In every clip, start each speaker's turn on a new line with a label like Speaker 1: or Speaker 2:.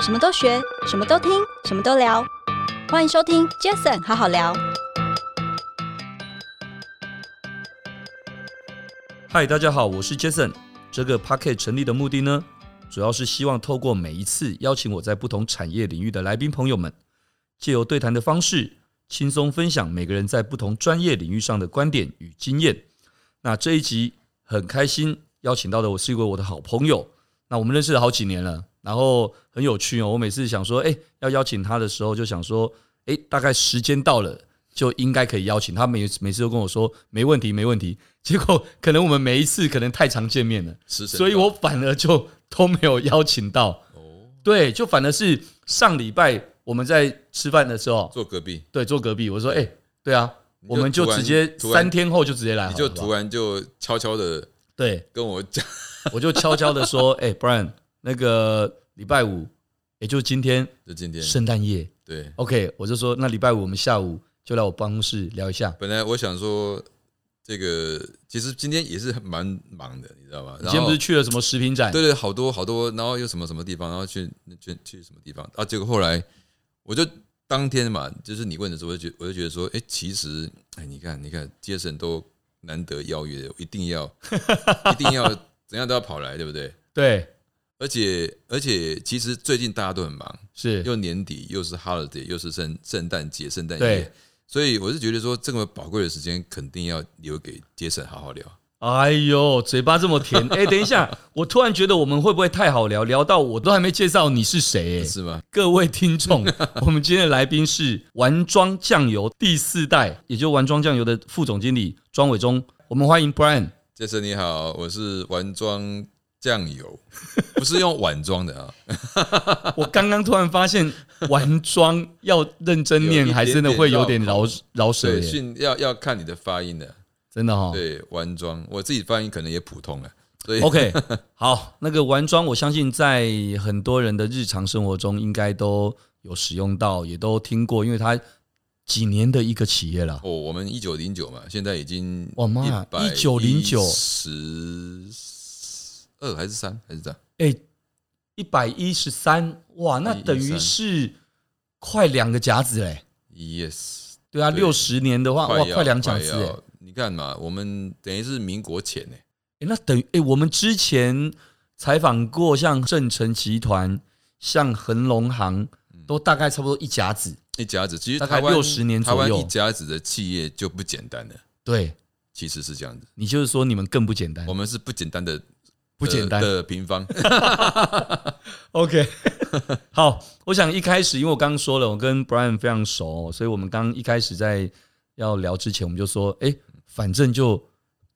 Speaker 1: 什么都学，什么都听，什么都聊。欢迎收听 Jason 好好聊。
Speaker 2: 嗨，大家好，我是 Jason。这个 Pocket 成立的目的呢，主要是希望透过每一次邀请我在不同产业领域的来宾朋友们，借由对谈的方式，轻松分享每个人在不同专业领域上的观点与经验。那这一集很开心邀请到的我是一位我的好朋友，那我们认识了好几年了，然后很有趣哦。我每次想说，哎，要邀请他的时候，就想说，哎，大概时间到了。就应该可以邀请他每每次都跟我说没问题没问题，结果可能我们每一次可能太常见面了，
Speaker 3: 失神掉，
Speaker 2: 所以我反而就 都没有邀请到。
Speaker 3: 哦
Speaker 2: 对，就反而是上礼拜我们在吃饭的时候，
Speaker 3: 坐隔壁，
Speaker 2: 对，坐隔壁，我说，哎、对啊，
Speaker 3: 你就
Speaker 2: 我们就
Speaker 3: 突然
Speaker 2: 直接
Speaker 3: 突然
Speaker 2: 三天后就直接来好了，
Speaker 3: 你就
Speaker 2: 好不好
Speaker 3: 突然就悄悄的
Speaker 2: 对，
Speaker 3: 跟我讲，
Speaker 2: 我就悄悄的说，哎、b r i a n 那个礼拜五，也就是今天
Speaker 3: 就今天
Speaker 2: 圣诞夜
Speaker 3: 对。
Speaker 2: ，OK，我就说那礼拜五我们下午就来我办公室聊一下。
Speaker 3: 本来我想说，这个其实今天也是蛮忙的，你知道吗？
Speaker 2: 你今
Speaker 3: 然
Speaker 2: 天
Speaker 3: 后
Speaker 2: 不是去了什么食品展？
Speaker 3: 对对，好多好多，然后又什么什么地方，然后去去去什么地方啊？结果后来我就当天嘛，就是你问的时候，我就觉我就觉得说，哎，其实哎，你看你看，杰森都难得邀约，一 定要一定要怎样都要跑来，对不对？
Speaker 2: 对，
Speaker 3: 而且而且，其实最近大家都很忙，
Speaker 2: 是，
Speaker 3: 又年底，又是 holiday，又是圣圣诞节、圣诞
Speaker 2: 对
Speaker 3: 夜，所以我是觉得说，这么宝贵的时间，肯定要留给杰森好好聊。
Speaker 2: 哎呦，嘴巴这么 甜！哎、等一下，我突然觉得我们会不会太好聊，聊到我都还没介绍你是谁、哎
Speaker 3: 是吗？
Speaker 2: 各位听 众，我们今天的来宾是丸庄酱油第四代，也就是丸庄酱油的副总经理庄伟忠。我们欢迎 Brian。
Speaker 3: 杰森你好，我是丸装酱油， 不是用碗装的 啊，
Speaker 2: 我刚刚突然发 现，丸庄要认真
Speaker 3: 有一
Speaker 2: 念，
Speaker 3: 点
Speaker 2: 还真的会有点
Speaker 3: 点绕
Speaker 2: 饶
Speaker 3: 口
Speaker 2: 饶舌、
Speaker 3: 对，
Speaker 2: 哎
Speaker 3: 训要要看你的发音的。
Speaker 2: 真的哈、哦。
Speaker 3: 对，丸装，我自己发音可能也普通了，所 以
Speaker 2: OK，好，那个丸装，我相信在很多人的日常生活中应该都有使用到，也都听过，因为它几年的一个企业了。
Speaker 3: 哦，我们一九零九嘛，现在已经
Speaker 2: 哇妈呀1909
Speaker 3: 十二还是三还是这样？
Speaker 2: 哎，一百一十三，哇，那
Speaker 3: 啊
Speaker 2: 等于是快两个甲子嘞。
Speaker 3: Yes，
Speaker 2: 对啊，
Speaker 3: 对
Speaker 2: 六十年的话，哇，
Speaker 3: 要
Speaker 2: 快两甲子
Speaker 3: 快
Speaker 2: 哎
Speaker 3: 要。你看嘛，我们等于是民国前呢，
Speaker 2: 诶那等于哎，我们之前采访过像正成集团、像恒隆行，
Speaker 3: 嗯
Speaker 2: 都大概差不多一甲子。
Speaker 3: 一甲子其实
Speaker 2: 大概
Speaker 3: 台湾
Speaker 2: 60年
Speaker 3: 台
Speaker 2: 左右
Speaker 3: 湾一甲子的企业就不简单了，
Speaker 2: 对，
Speaker 3: 其实是这样子，
Speaker 2: 你就是说你们更不简单
Speaker 3: 我，们是不简单的，
Speaker 2: 不简单。
Speaker 3: 的的平方，
Speaker 2: OK，好，我想一开始，因为我刚刚说了，我跟 Brian 非常熟，哦所以我们刚刚一开始在要聊之前，我们就说，哎、反正就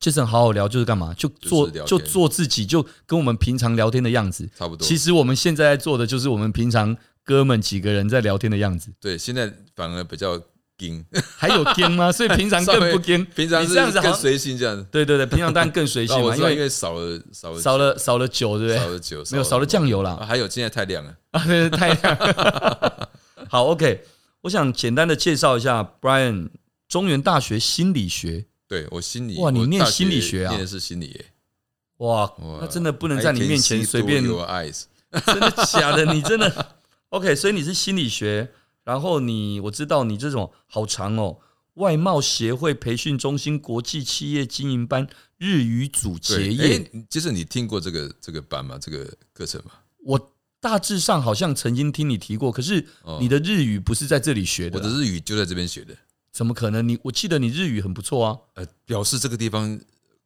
Speaker 2: Jason 好好聊，就是干嘛，就做
Speaker 3: 就是聊
Speaker 2: 就
Speaker 3: 天
Speaker 2: 做自己，就跟我们平常聊天的样子。
Speaker 3: 差不多。
Speaker 2: 其实我们现在在做的就是我们平常哥们几个人在聊天的样子，
Speaker 3: 对，现在反而比较 硬，
Speaker 2: 还有颠吗？所以平常
Speaker 3: 稍
Speaker 2: 更
Speaker 3: 微
Speaker 2: 不 颠，
Speaker 3: 平常
Speaker 2: 你
Speaker 3: 是
Speaker 2: 这样子好
Speaker 3: 更
Speaker 2: 像，
Speaker 3: 随性这样子。
Speaker 2: 对对对，平常当然更随
Speaker 3: 那
Speaker 2: 性
Speaker 3: 我
Speaker 2: 嘛，
Speaker 3: 知
Speaker 2: 因
Speaker 3: 道，因
Speaker 2: 为
Speaker 3: 为少了少了
Speaker 2: 少了少了酒，对不
Speaker 3: 少
Speaker 2: 对？
Speaker 3: 了酒，
Speaker 2: 没有少了酱油啦
Speaker 3: 啊，，还有现在太亮了。
Speaker 2: 啊，对，太亮。 好，OK，我想简单的介绍一下 Brian，中原大学心理学。
Speaker 3: 对我心理
Speaker 2: 哇你
Speaker 3: 我
Speaker 2: 念
Speaker 3: 大学
Speaker 2: 心理学啊
Speaker 3: 念的是心理耶，
Speaker 2: 哇
Speaker 3: 哇，
Speaker 2: 那真的不能在你
Speaker 3: I can
Speaker 2: 面前
Speaker 3: see
Speaker 2: 随
Speaker 3: through
Speaker 2: 便，
Speaker 3: your eyes
Speaker 2: 真的假的？你真 的 OK？所以你是心理学，然后你我知道你这种好长哦，外贸协会培训中心国际企业经营班日语组结
Speaker 3: 对，
Speaker 2: 业，
Speaker 3: 哎，其实你听过这个这个班吗？这个课程吗？
Speaker 2: 我大致上好像曾经听你提过，可是
Speaker 3: 哦
Speaker 2: 你的日语不是在这里学的
Speaker 3: 我
Speaker 2: 啊，
Speaker 3: 的日语就在这边学的，
Speaker 2: 怎么可能？你我记得你日语很不错啊。
Speaker 3: 呃，表示这个地方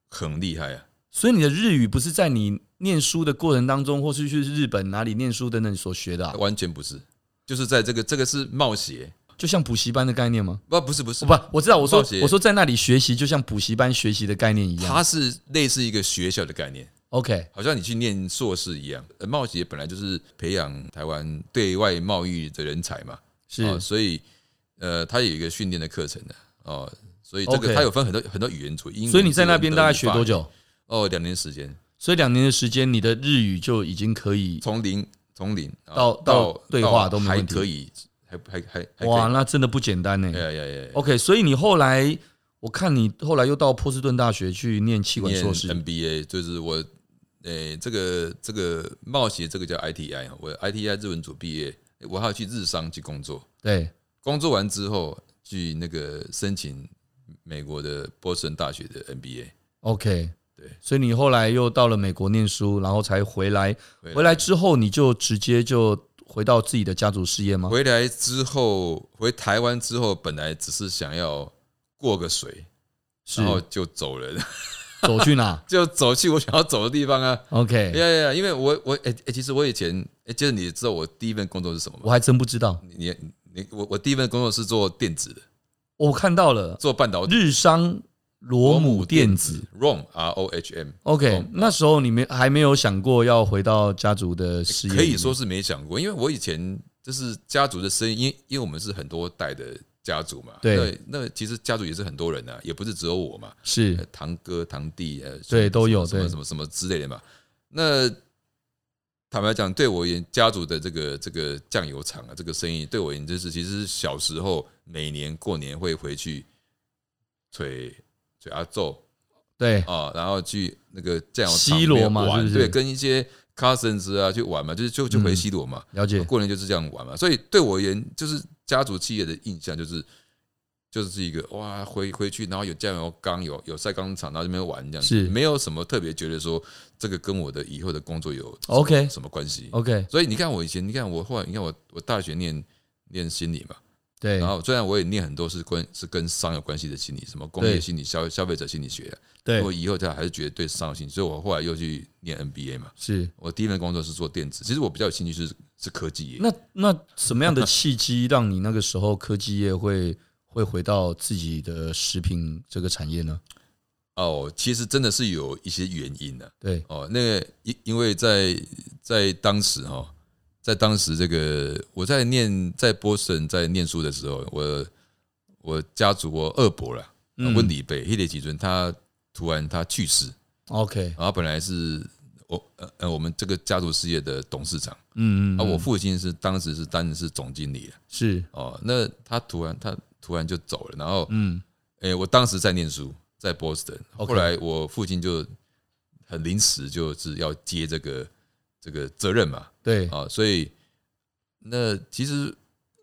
Speaker 3: 很厉害啊。
Speaker 2: 所以你的日语不是在你念书的过程当中，或是去日本哪里念书等等所学的、啊，
Speaker 3: 完全不是，就是在这个这个是冒险，
Speaker 2: 就像补习班的概念吗？
Speaker 3: 不不是不是，
Speaker 2: 不，我知道，我说
Speaker 3: 冒险
Speaker 2: 我说在那里学习，就像补习班学习的概念一样。
Speaker 3: 它是类似一个学校的概念，
Speaker 2: OK，
Speaker 3: 好像你去念硕士一样。呃冒险本来就是培养台湾对外贸易的人才嘛，
Speaker 2: 是、
Speaker 3: 哦所以呃，它有一个训练的课程的哦，所以这个
Speaker 2: OK
Speaker 3: 它有分很多很多语言组，英文
Speaker 2: 所以你在那边大概学多？
Speaker 3: 日文德语法语
Speaker 2: 久？
Speaker 3: 哦，两年时间，
Speaker 2: 所以两年的时间，你的日语就已经可以
Speaker 3: 从零从零啊
Speaker 2: 到
Speaker 3: 到
Speaker 2: 到对话都没
Speaker 3: 还
Speaker 2: 问题
Speaker 3: 可以，还还还还
Speaker 2: 哇，
Speaker 3: 可
Speaker 2: 那真的不简单呢
Speaker 3: 以，。呀呀呀呀，
Speaker 2: OK，所以你后来，我看你后来又到波士顿大学去念气管硕士。
Speaker 3: n b a 就是我诶、这个这个冒险这个叫 ITI，啊我 ITI 日文组毕业，我还要去日商去工作，
Speaker 2: 对，
Speaker 3: 工作完之后去那个申请美国的波士顿大学的 MBA，
Speaker 2: OK，
Speaker 3: 对
Speaker 2: 所以你后来又到了美国念书，然后才回来。
Speaker 3: 回来
Speaker 2: 回来之后，你就直接就回到自己的家族事业吗？
Speaker 3: 回来之后回台湾之后，本来只是想要过个水，
Speaker 2: 是
Speaker 3: 然后就走了，
Speaker 2: 走去哪
Speaker 3: 就走去我想要走的地方啊。呀
Speaker 2: ？OK，
Speaker 3: 呀呀！因为我我诶、诶，其实我以前诶，就是你知道我第一份工作是什么吗？
Speaker 2: 我还真不知道。
Speaker 3: 你你你我我第一份工作是做电子的，
Speaker 2: 我看到了
Speaker 3: 做半导体。
Speaker 2: 日商罗姆电子。
Speaker 3: ROM R O H M，
Speaker 2: OK，
Speaker 3: 哦
Speaker 2: 那时候你们还没有想过要回到家族的事业里
Speaker 3: 可
Speaker 2: 面，
Speaker 3: 以说是没想过，因为我以前就是家族的生意，因为因为我们是很多代的家族嘛，
Speaker 2: 对
Speaker 3: 那，那其实家族也是很多人啊，也不是只有我嘛，呃
Speaker 2: 是
Speaker 3: 堂哥、堂弟，呃，
Speaker 2: 对
Speaker 3: 什么
Speaker 2: 都有
Speaker 3: 什么
Speaker 2: 对
Speaker 3: 什么什么之类的嘛。那坦白讲，对我而言，家族的这个这个酱油厂啊，这个生意对我而言，就是其实是小时候每年过年会回去捶捶阿奏，
Speaker 2: 对
Speaker 3: 啊，然后去那个酱油
Speaker 2: 西罗嘛
Speaker 3: 嘛，
Speaker 2: 是
Speaker 3: 玩，
Speaker 2: 不是
Speaker 3: 对，跟一些 cousins 啊去玩嘛，就是就就回
Speaker 2: 嗯
Speaker 3: 西罗嘛，
Speaker 2: 了解
Speaker 3: 过年就是这样玩嘛。所以对我而言，就是家族企业的印象就是就是一个哇，回回去然后有酱油缸，有有晒缸场，然后这边玩这样子
Speaker 2: 是，
Speaker 3: 没有什么特别觉得说这个跟我的以后的工作有什么
Speaker 2: OK
Speaker 3: 什么关系。
Speaker 2: OK，
Speaker 3: 所以你看我以前，你看我后来，你看我我大学念念心理嘛，
Speaker 2: 对
Speaker 3: 然后虽然我也念很多是关是跟商有关系的心理，什么工业
Speaker 2: 对
Speaker 3: 心理、消消费者心理学啊、
Speaker 2: 对
Speaker 3: 我以后他还是觉得对商有兴趣，所以我后来又去念 MBA 嘛。
Speaker 2: 是。
Speaker 3: 我第一份工作是做电子，其实我比较有兴趣是是科技业。
Speaker 2: 那那什么样的契机让你那个时候科技业会会回到自己的食品这个产业呢？
Speaker 3: 哦，其实真的是有一些原因的、
Speaker 2: 对，
Speaker 3: 哦，那个因因为在在当时哈、哦，在当时这个我在念在波士顿在念书的时候，我我家族我二伯了，
Speaker 2: 嗯
Speaker 3: 温迪贝黑列吉尊他突然他去世，
Speaker 2: OK，
Speaker 3: 然后本来是我呃呃我们这个家族事业的董事长，
Speaker 2: 嗯嗯，
Speaker 3: 啊，我
Speaker 2: 嗯
Speaker 3: 父亲是当时是担任是总经理啊
Speaker 2: 是
Speaker 3: 哦，那他突然他突然就走了，然后
Speaker 2: 嗯
Speaker 3: 诶、我当时在念书，在波士顿，
Speaker 2: OK
Speaker 3: 后来我父亲就很临时就是要接这个这个责任嘛，
Speaker 2: 对
Speaker 3: 啊，所以那其实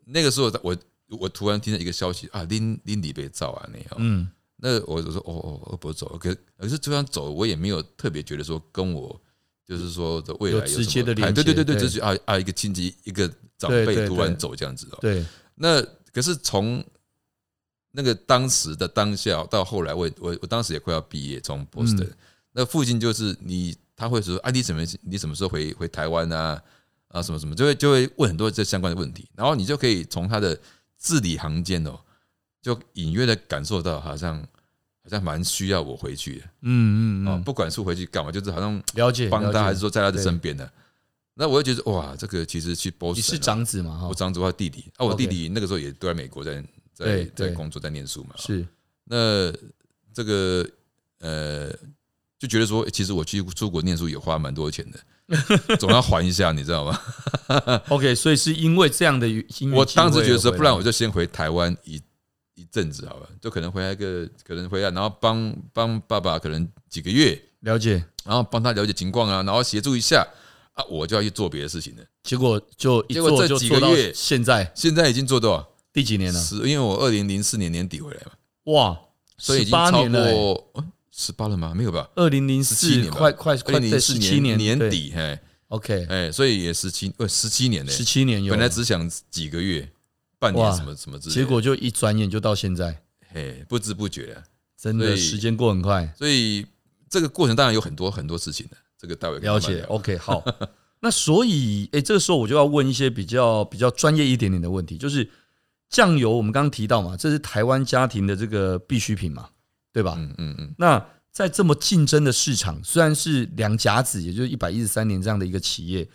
Speaker 3: 那个时候我我突然听到一个消息啊，林林里被造啊那样，
Speaker 2: 嗯
Speaker 3: 那我就说哦哦，我不走，可可是就算走，我也没有特别觉得说跟我就是说的未来
Speaker 2: 有
Speaker 3: 有
Speaker 2: 直
Speaker 3: 什么
Speaker 2: 接的
Speaker 3: 太
Speaker 2: 连
Speaker 3: 对对
Speaker 2: 接
Speaker 3: 对对，
Speaker 2: 对
Speaker 3: 就是啊啊一个亲戚一个长
Speaker 2: 对对
Speaker 3: 辈突然
Speaker 2: 对
Speaker 3: 走这样子哦。
Speaker 2: 对
Speaker 3: 那可是从那个当时的当下到后来，我也我我当时也快要毕业，
Speaker 2: 嗯
Speaker 3: 从波士顿，那父亲就是你他会说啊你什么你什么时候回回台湾啊啊什么什么，就会就会问很多这相关的问题，然后你就可以从他的字里行间哦，就隐约的感受到好像好像蛮需要我回去的
Speaker 2: 嗯嗯
Speaker 3: 啊、
Speaker 2: 嗯，
Speaker 3: 不管是回去干嘛，就是好像
Speaker 2: 了解
Speaker 3: 帮他还
Speaker 2: 了
Speaker 3: 是
Speaker 2: 解。
Speaker 3: 说在他的
Speaker 2: 对
Speaker 3: 身边的。那我就觉得哇，这个其实去波士
Speaker 2: 你
Speaker 3: 顿
Speaker 2: 是
Speaker 3: 哦
Speaker 2: 长子嘛？哈
Speaker 3: 我，长子他弟弟啊，我
Speaker 2: OK
Speaker 3: 弟弟那个时候也都在美国在，
Speaker 2: 对
Speaker 3: 在在
Speaker 2: 对
Speaker 3: 工作，在念书嘛。
Speaker 2: 是
Speaker 3: 那这个呃，就觉得说，诶其实我去出国念书也花蛮多钱的， 总要还一下，你知道吗？
Speaker 2: OK，所以是因为这样的原因，
Speaker 3: 我当时觉得说，
Speaker 2: 说，
Speaker 3: 不然我就先回台湾一一阵子好了，就可能回来个，可能回来，然后帮帮爸爸可能几个月，
Speaker 2: 了解，
Speaker 3: 然后帮他了解情况啊，然后协助一下啊，我就要去做别的事情了。
Speaker 2: 结果就一
Speaker 3: 结果
Speaker 2: 做
Speaker 3: 这
Speaker 2: 就
Speaker 3: 几
Speaker 2: 做
Speaker 3: 个
Speaker 2: 到
Speaker 3: 月
Speaker 2: 现在
Speaker 3: 现在已经做多少？
Speaker 2: 第几年了？
Speaker 3: 十，因为我二零零四年年底回来嘛。
Speaker 2: 哇，
Speaker 3: 所以已经
Speaker 2: 八
Speaker 3: 超
Speaker 2: 年了欸，
Speaker 3: 过嗯十八了吗？没有吧？
Speaker 2: 二零零
Speaker 3: 17
Speaker 2: 四
Speaker 3: 年吧
Speaker 2: 快快
Speaker 3: 二
Speaker 2: 快
Speaker 3: 零零四
Speaker 2: 七
Speaker 3: 年
Speaker 2: 年
Speaker 3: 年
Speaker 2: 对
Speaker 3: 底，哎
Speaker 2: OK，
Speaker 3: 哎，所以也十七呃十七年呢、
Speaker 2: 十七年有
Speaker 3: 本来
Speaker 2: 了，
Speaker 3: 只想几个月、半年
Speaker 2: 哇
Speaker 3: 什么什么之类的，
Speaker 2: 结果就一转眼就到现在，
Speaker 3: 哎不知不觉、啊，
Speaker 2: 真
Speaker 3: 所
Speaker 2: 的
Speaker 3: 以
Speaker 2: 时间过很快。
Speaker 3: 所以这个过程当然有很多很多事情的、这个待会可以慢
Speaker 2: 了
Speaker 3: 慢
Speaker 2: 解
Speaker 3: 聊
Speaker 2: ，OK，好。那所以，哎、这个时候我就要问一些比较比较专业一点点的问题，就是酱油，我们刚刚提到嘛，这是台湾家庭的这个必需品嘛，对吧？
Speaker 3: 嗯嗯嗯，
Speaker 2: 那在这么竞争的市场，虽然是两甲子，也就是一百一十三年这样的一个企业，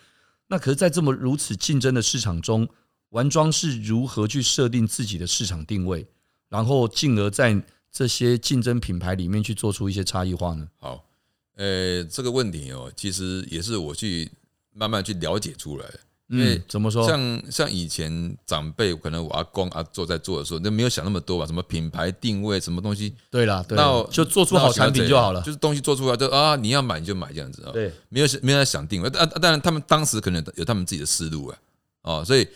Speaker 2: 那可是，在这么如此竞争的市场中，玩庄是如何去设定自己的市场定位，然后进而在这些竞争品牌里面去做出一些差异化呢？
Speaker 3: 好，呃，这个问题哦，其实也是我去慢慢去了解出来的。因为
Speaker 2: 嗯，怎么说？
Speaker 3: 像像以前长辈，可能我阿公阿祖在做的时候，那没有想那么多吧，什么品牌定位，什么东西，
Speaker 2: 对啦，对啦
Speaker 3: 那我
Speaker 2: 就做出好产品就好了
Speaker 3: 就。是东西做出来就啊，你要买你就买这样子啊，
Speaker 2: 对，
Speaker 3: 没有没有在想定位。但当然，他们当时可能有他们自己的思路啊，哦，所以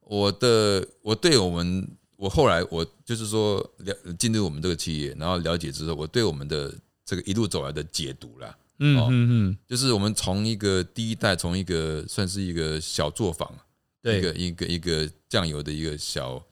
Speaker 3: 我的我对我们，我后来我就是说了进入我们这个企业，然后了解之后，我对我们的这个一路走来的解读啦，
Speaker 2: 嗯
Speaker 3: 哦
Speaker 2: 嗯嗯，
Speaker 3: 就是我们从一个第一代，从一个算是一个小作坊，一个
Speaker 2: 对
Speaker 3: 一个一个酱油的一个小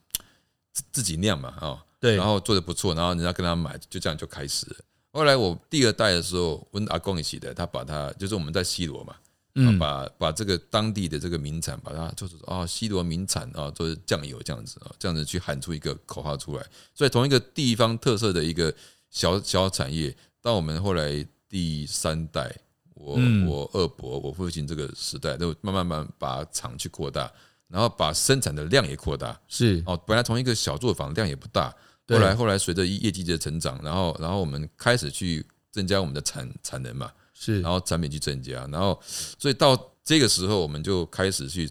Speaker 3: 自自己酿嘛，啊、哦。
Speaker 2: 对，
Speaker 3: 然后做的不错，然后人家跟他买，就这样就开始了。后来我第二代的时候，我跟阿公一起的，他把他就是我们在西罗嘛，啊
Speaker 2: 嗯，
Speaker 3: 把把这个当地的这个名产，把它就是哦西罗名产啊、哦，做酱油这样子啊、哦，这样子去喊出一个口号出来。所以同一个地方特色的一个小小产业，到我们后来第三代，我、
Speaker 2: 嗯
Speaker 3: 我二伯我父亲这个时代，都慢慢慢慢把厂去扩大，然后把生产的量也扩大。
Speaker 2: 是
Speaker 3: 哦，本来从一个小作坊量也不大，
Speaker 2: 对
Speaker 3: 后来后来随着业绩的成长，然后然后我们开始去增加我们的产产能嘛，
Speaker 2: 是
Speaker 3: 然，后产品去增加，然后所以到这个时候我们就开始去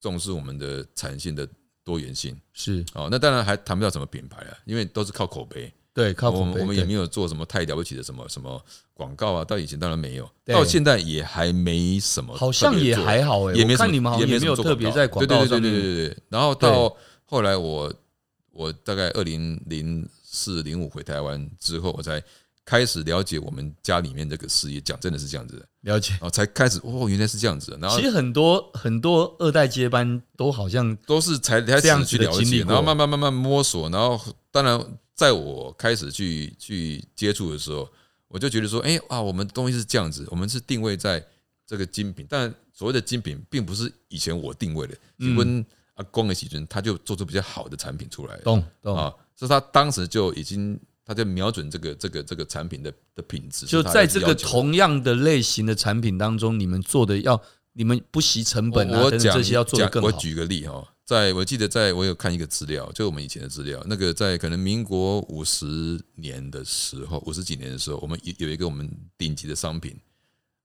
Speaker 3: 重视我们的产线的多元性。
Speaker 2: 是
Speaker 3: 哦，那当然还谈不到什么品牌了，因为都是靠口碑。
Speaker 2: 对，靠
Speaker 3: 我
Speaker 2: 口
Speaker 3: 们
Speaker 2: 碑，
Speaker 3: 我们也没
Speaker 2: 有
Speaker 3: 有做什么太了不起的什么什么广告啊，到以前当然没有，
Speaker 2: 对
Speaker 3: 到现在也还没什么特别做，
Speaker 2: 好像也还好哎，
Speaker 3: 也没
Speaker 2: 我
Speaker 3: 什么
Speaker 2: 看你们好像
Speaker 3: 也
Speaker 2: 没有
Speaker 3: 什么做
Speaker 2: 特别在广
Speaker 3: 对
Speaker 2: 告
Speaker 3: 对对
Speaker 2: 上
Speaker 3: 对
Speaker 2: 面，
Speaker 3: 对对对对。然后到后来我我大概二零零四零五回台湾之后，我才开始了解我们家里面这个事业，讲真的是这样子的，
Speaker 2: 了解。
Speaker 3: 然后才开始哦，原来是这样子的，然后
Speaker 2: 其实很多很多二代接班都好像
Speaker 3: 都是才才
Speaker 2: 这样
Speaker 3: 始
Speaker 2: 子
Speaker 3: 去
Speaker 2: 的
Speaker 3: 了
Speaker 2: 经历
Speaker 3: 解，然后
Speaker 2: 过
Speaker 3: 慢慢慢慢摸索，然后当然在我开始去去接触的时候，我就觉得说，哎、啊，我们东西是这样子，我们是定位在这个精品，但所谓的精品，并不是以前我定位的，
Speaker 2: 嗯
Speaker 3: 结婚阿公的喜尊，他就做出比较好的产品出来了
Speaker 2: 懂懂，
Speaker 3: 啊，是他当时就已经。他就瞄准这个这个这个产品的的品质，
Speaker 2: 就是
Speaker 3: 他
Speaker 2: 在
Speaker 3: 一直
Speaker 2: 这个
Speaker 3: 要求的
Speaker 2: 同样的类型的产品当中，你们做的要你们不惜成本啊
Speaker 3: 我我
Speaker 2: 等等
Speaker 3: 讲
Speaker 2: 这些要做的更
Speaker 3: 讲我
Speaker 2: 好。
Speaker 3: 举个例哈，在我记得在我有看一个资料，就我们以前的资料，那个在可能民国五十年的时候，五十几年的时候，我们有有一个我们顶级的商品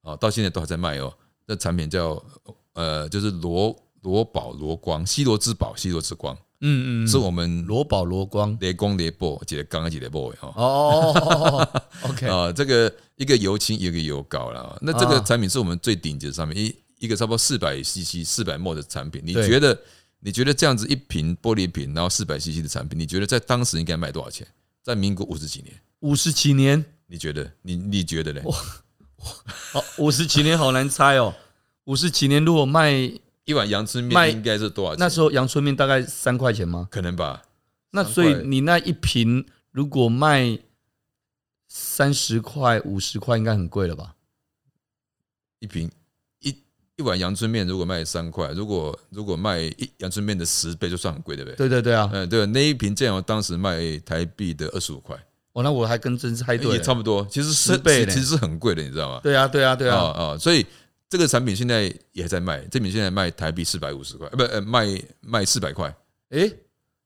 Speaker 3: 啊，到现在都还在卖哦。那产品叫呃，就是罗罗宝罗光，西罗之宝，西罗之光，
Speaker 2: 嗯嗯嗯，
Speaker 3: 是我们
Speaker 2: 罗宝罗光。
Speaker 3: 雷公雷波，姐刚刚姐雷波哈。
Speaker 2: 哦哦哦哦，OK，
Speaker 3: 啊，这个一个油清，一个油膏啦。那这
Speaker 2: 啊
Speaker 3: 个产品是我们最顶级的产品，一一个差不多四百 CC、四百 ml 的产品。你
Speaker 2: 对
Speaker 3: 觉得你觉得这样子一瓶玻璃瓶，然后四百 CC 的产品，你觉得在当时应该卖多少钱？在民国五十几年，
Speaker 2: 五十几年，
Speaker 3: 你觉得？你你觉得呢？
Speaker 2: 哦，五十几年好难猜哦。五十几年如果卖
Speaker 3: 一碗阳春
Speaker 2: 卖
Speaker 3: 面应该是多少钱？
Speaker 2: 那时候阳春面大概三块钱吗？
Speaker 3: 可能吧，
Speaker 2: 那
Speaker 3: 三
Speaker 2: 所以
Speaker 3: 块
Speaker 2: 你那一瓶如果卖三十块、五十块，应该很贵了吧？
Speaker 3: 一瓶一一碗阳春面如果卖三块，如果如果卖一阳春面的十倍，就算很贵，对不对？
Speaker 2: 对对对啊，
Speaker 3: 嗯，对，那一瓶酱油当时卖台币的二十五块，
Speaker 2: 哦，那我还跟真猜对
Speaker 3: 也差
Speaker 2: 了。
Speaker 3: 不多。其实
Speaker 2: 十
Speaker 3: 是
Speaker 2: 倍
Speaker 3: 其
Speaker 2: 嘞
Speaker 3: 实是很贵的，你知道吗？
Speaker 2: 对啊，对啊，对
Speaker 3: 啊
Speaker 2: 啊，
Speaker 3: 啊，所以这个产品现在也还在卖，这瓶现在卖台币四百五十块，呃不呃卖卖四百块，
Speaker 2: 诶，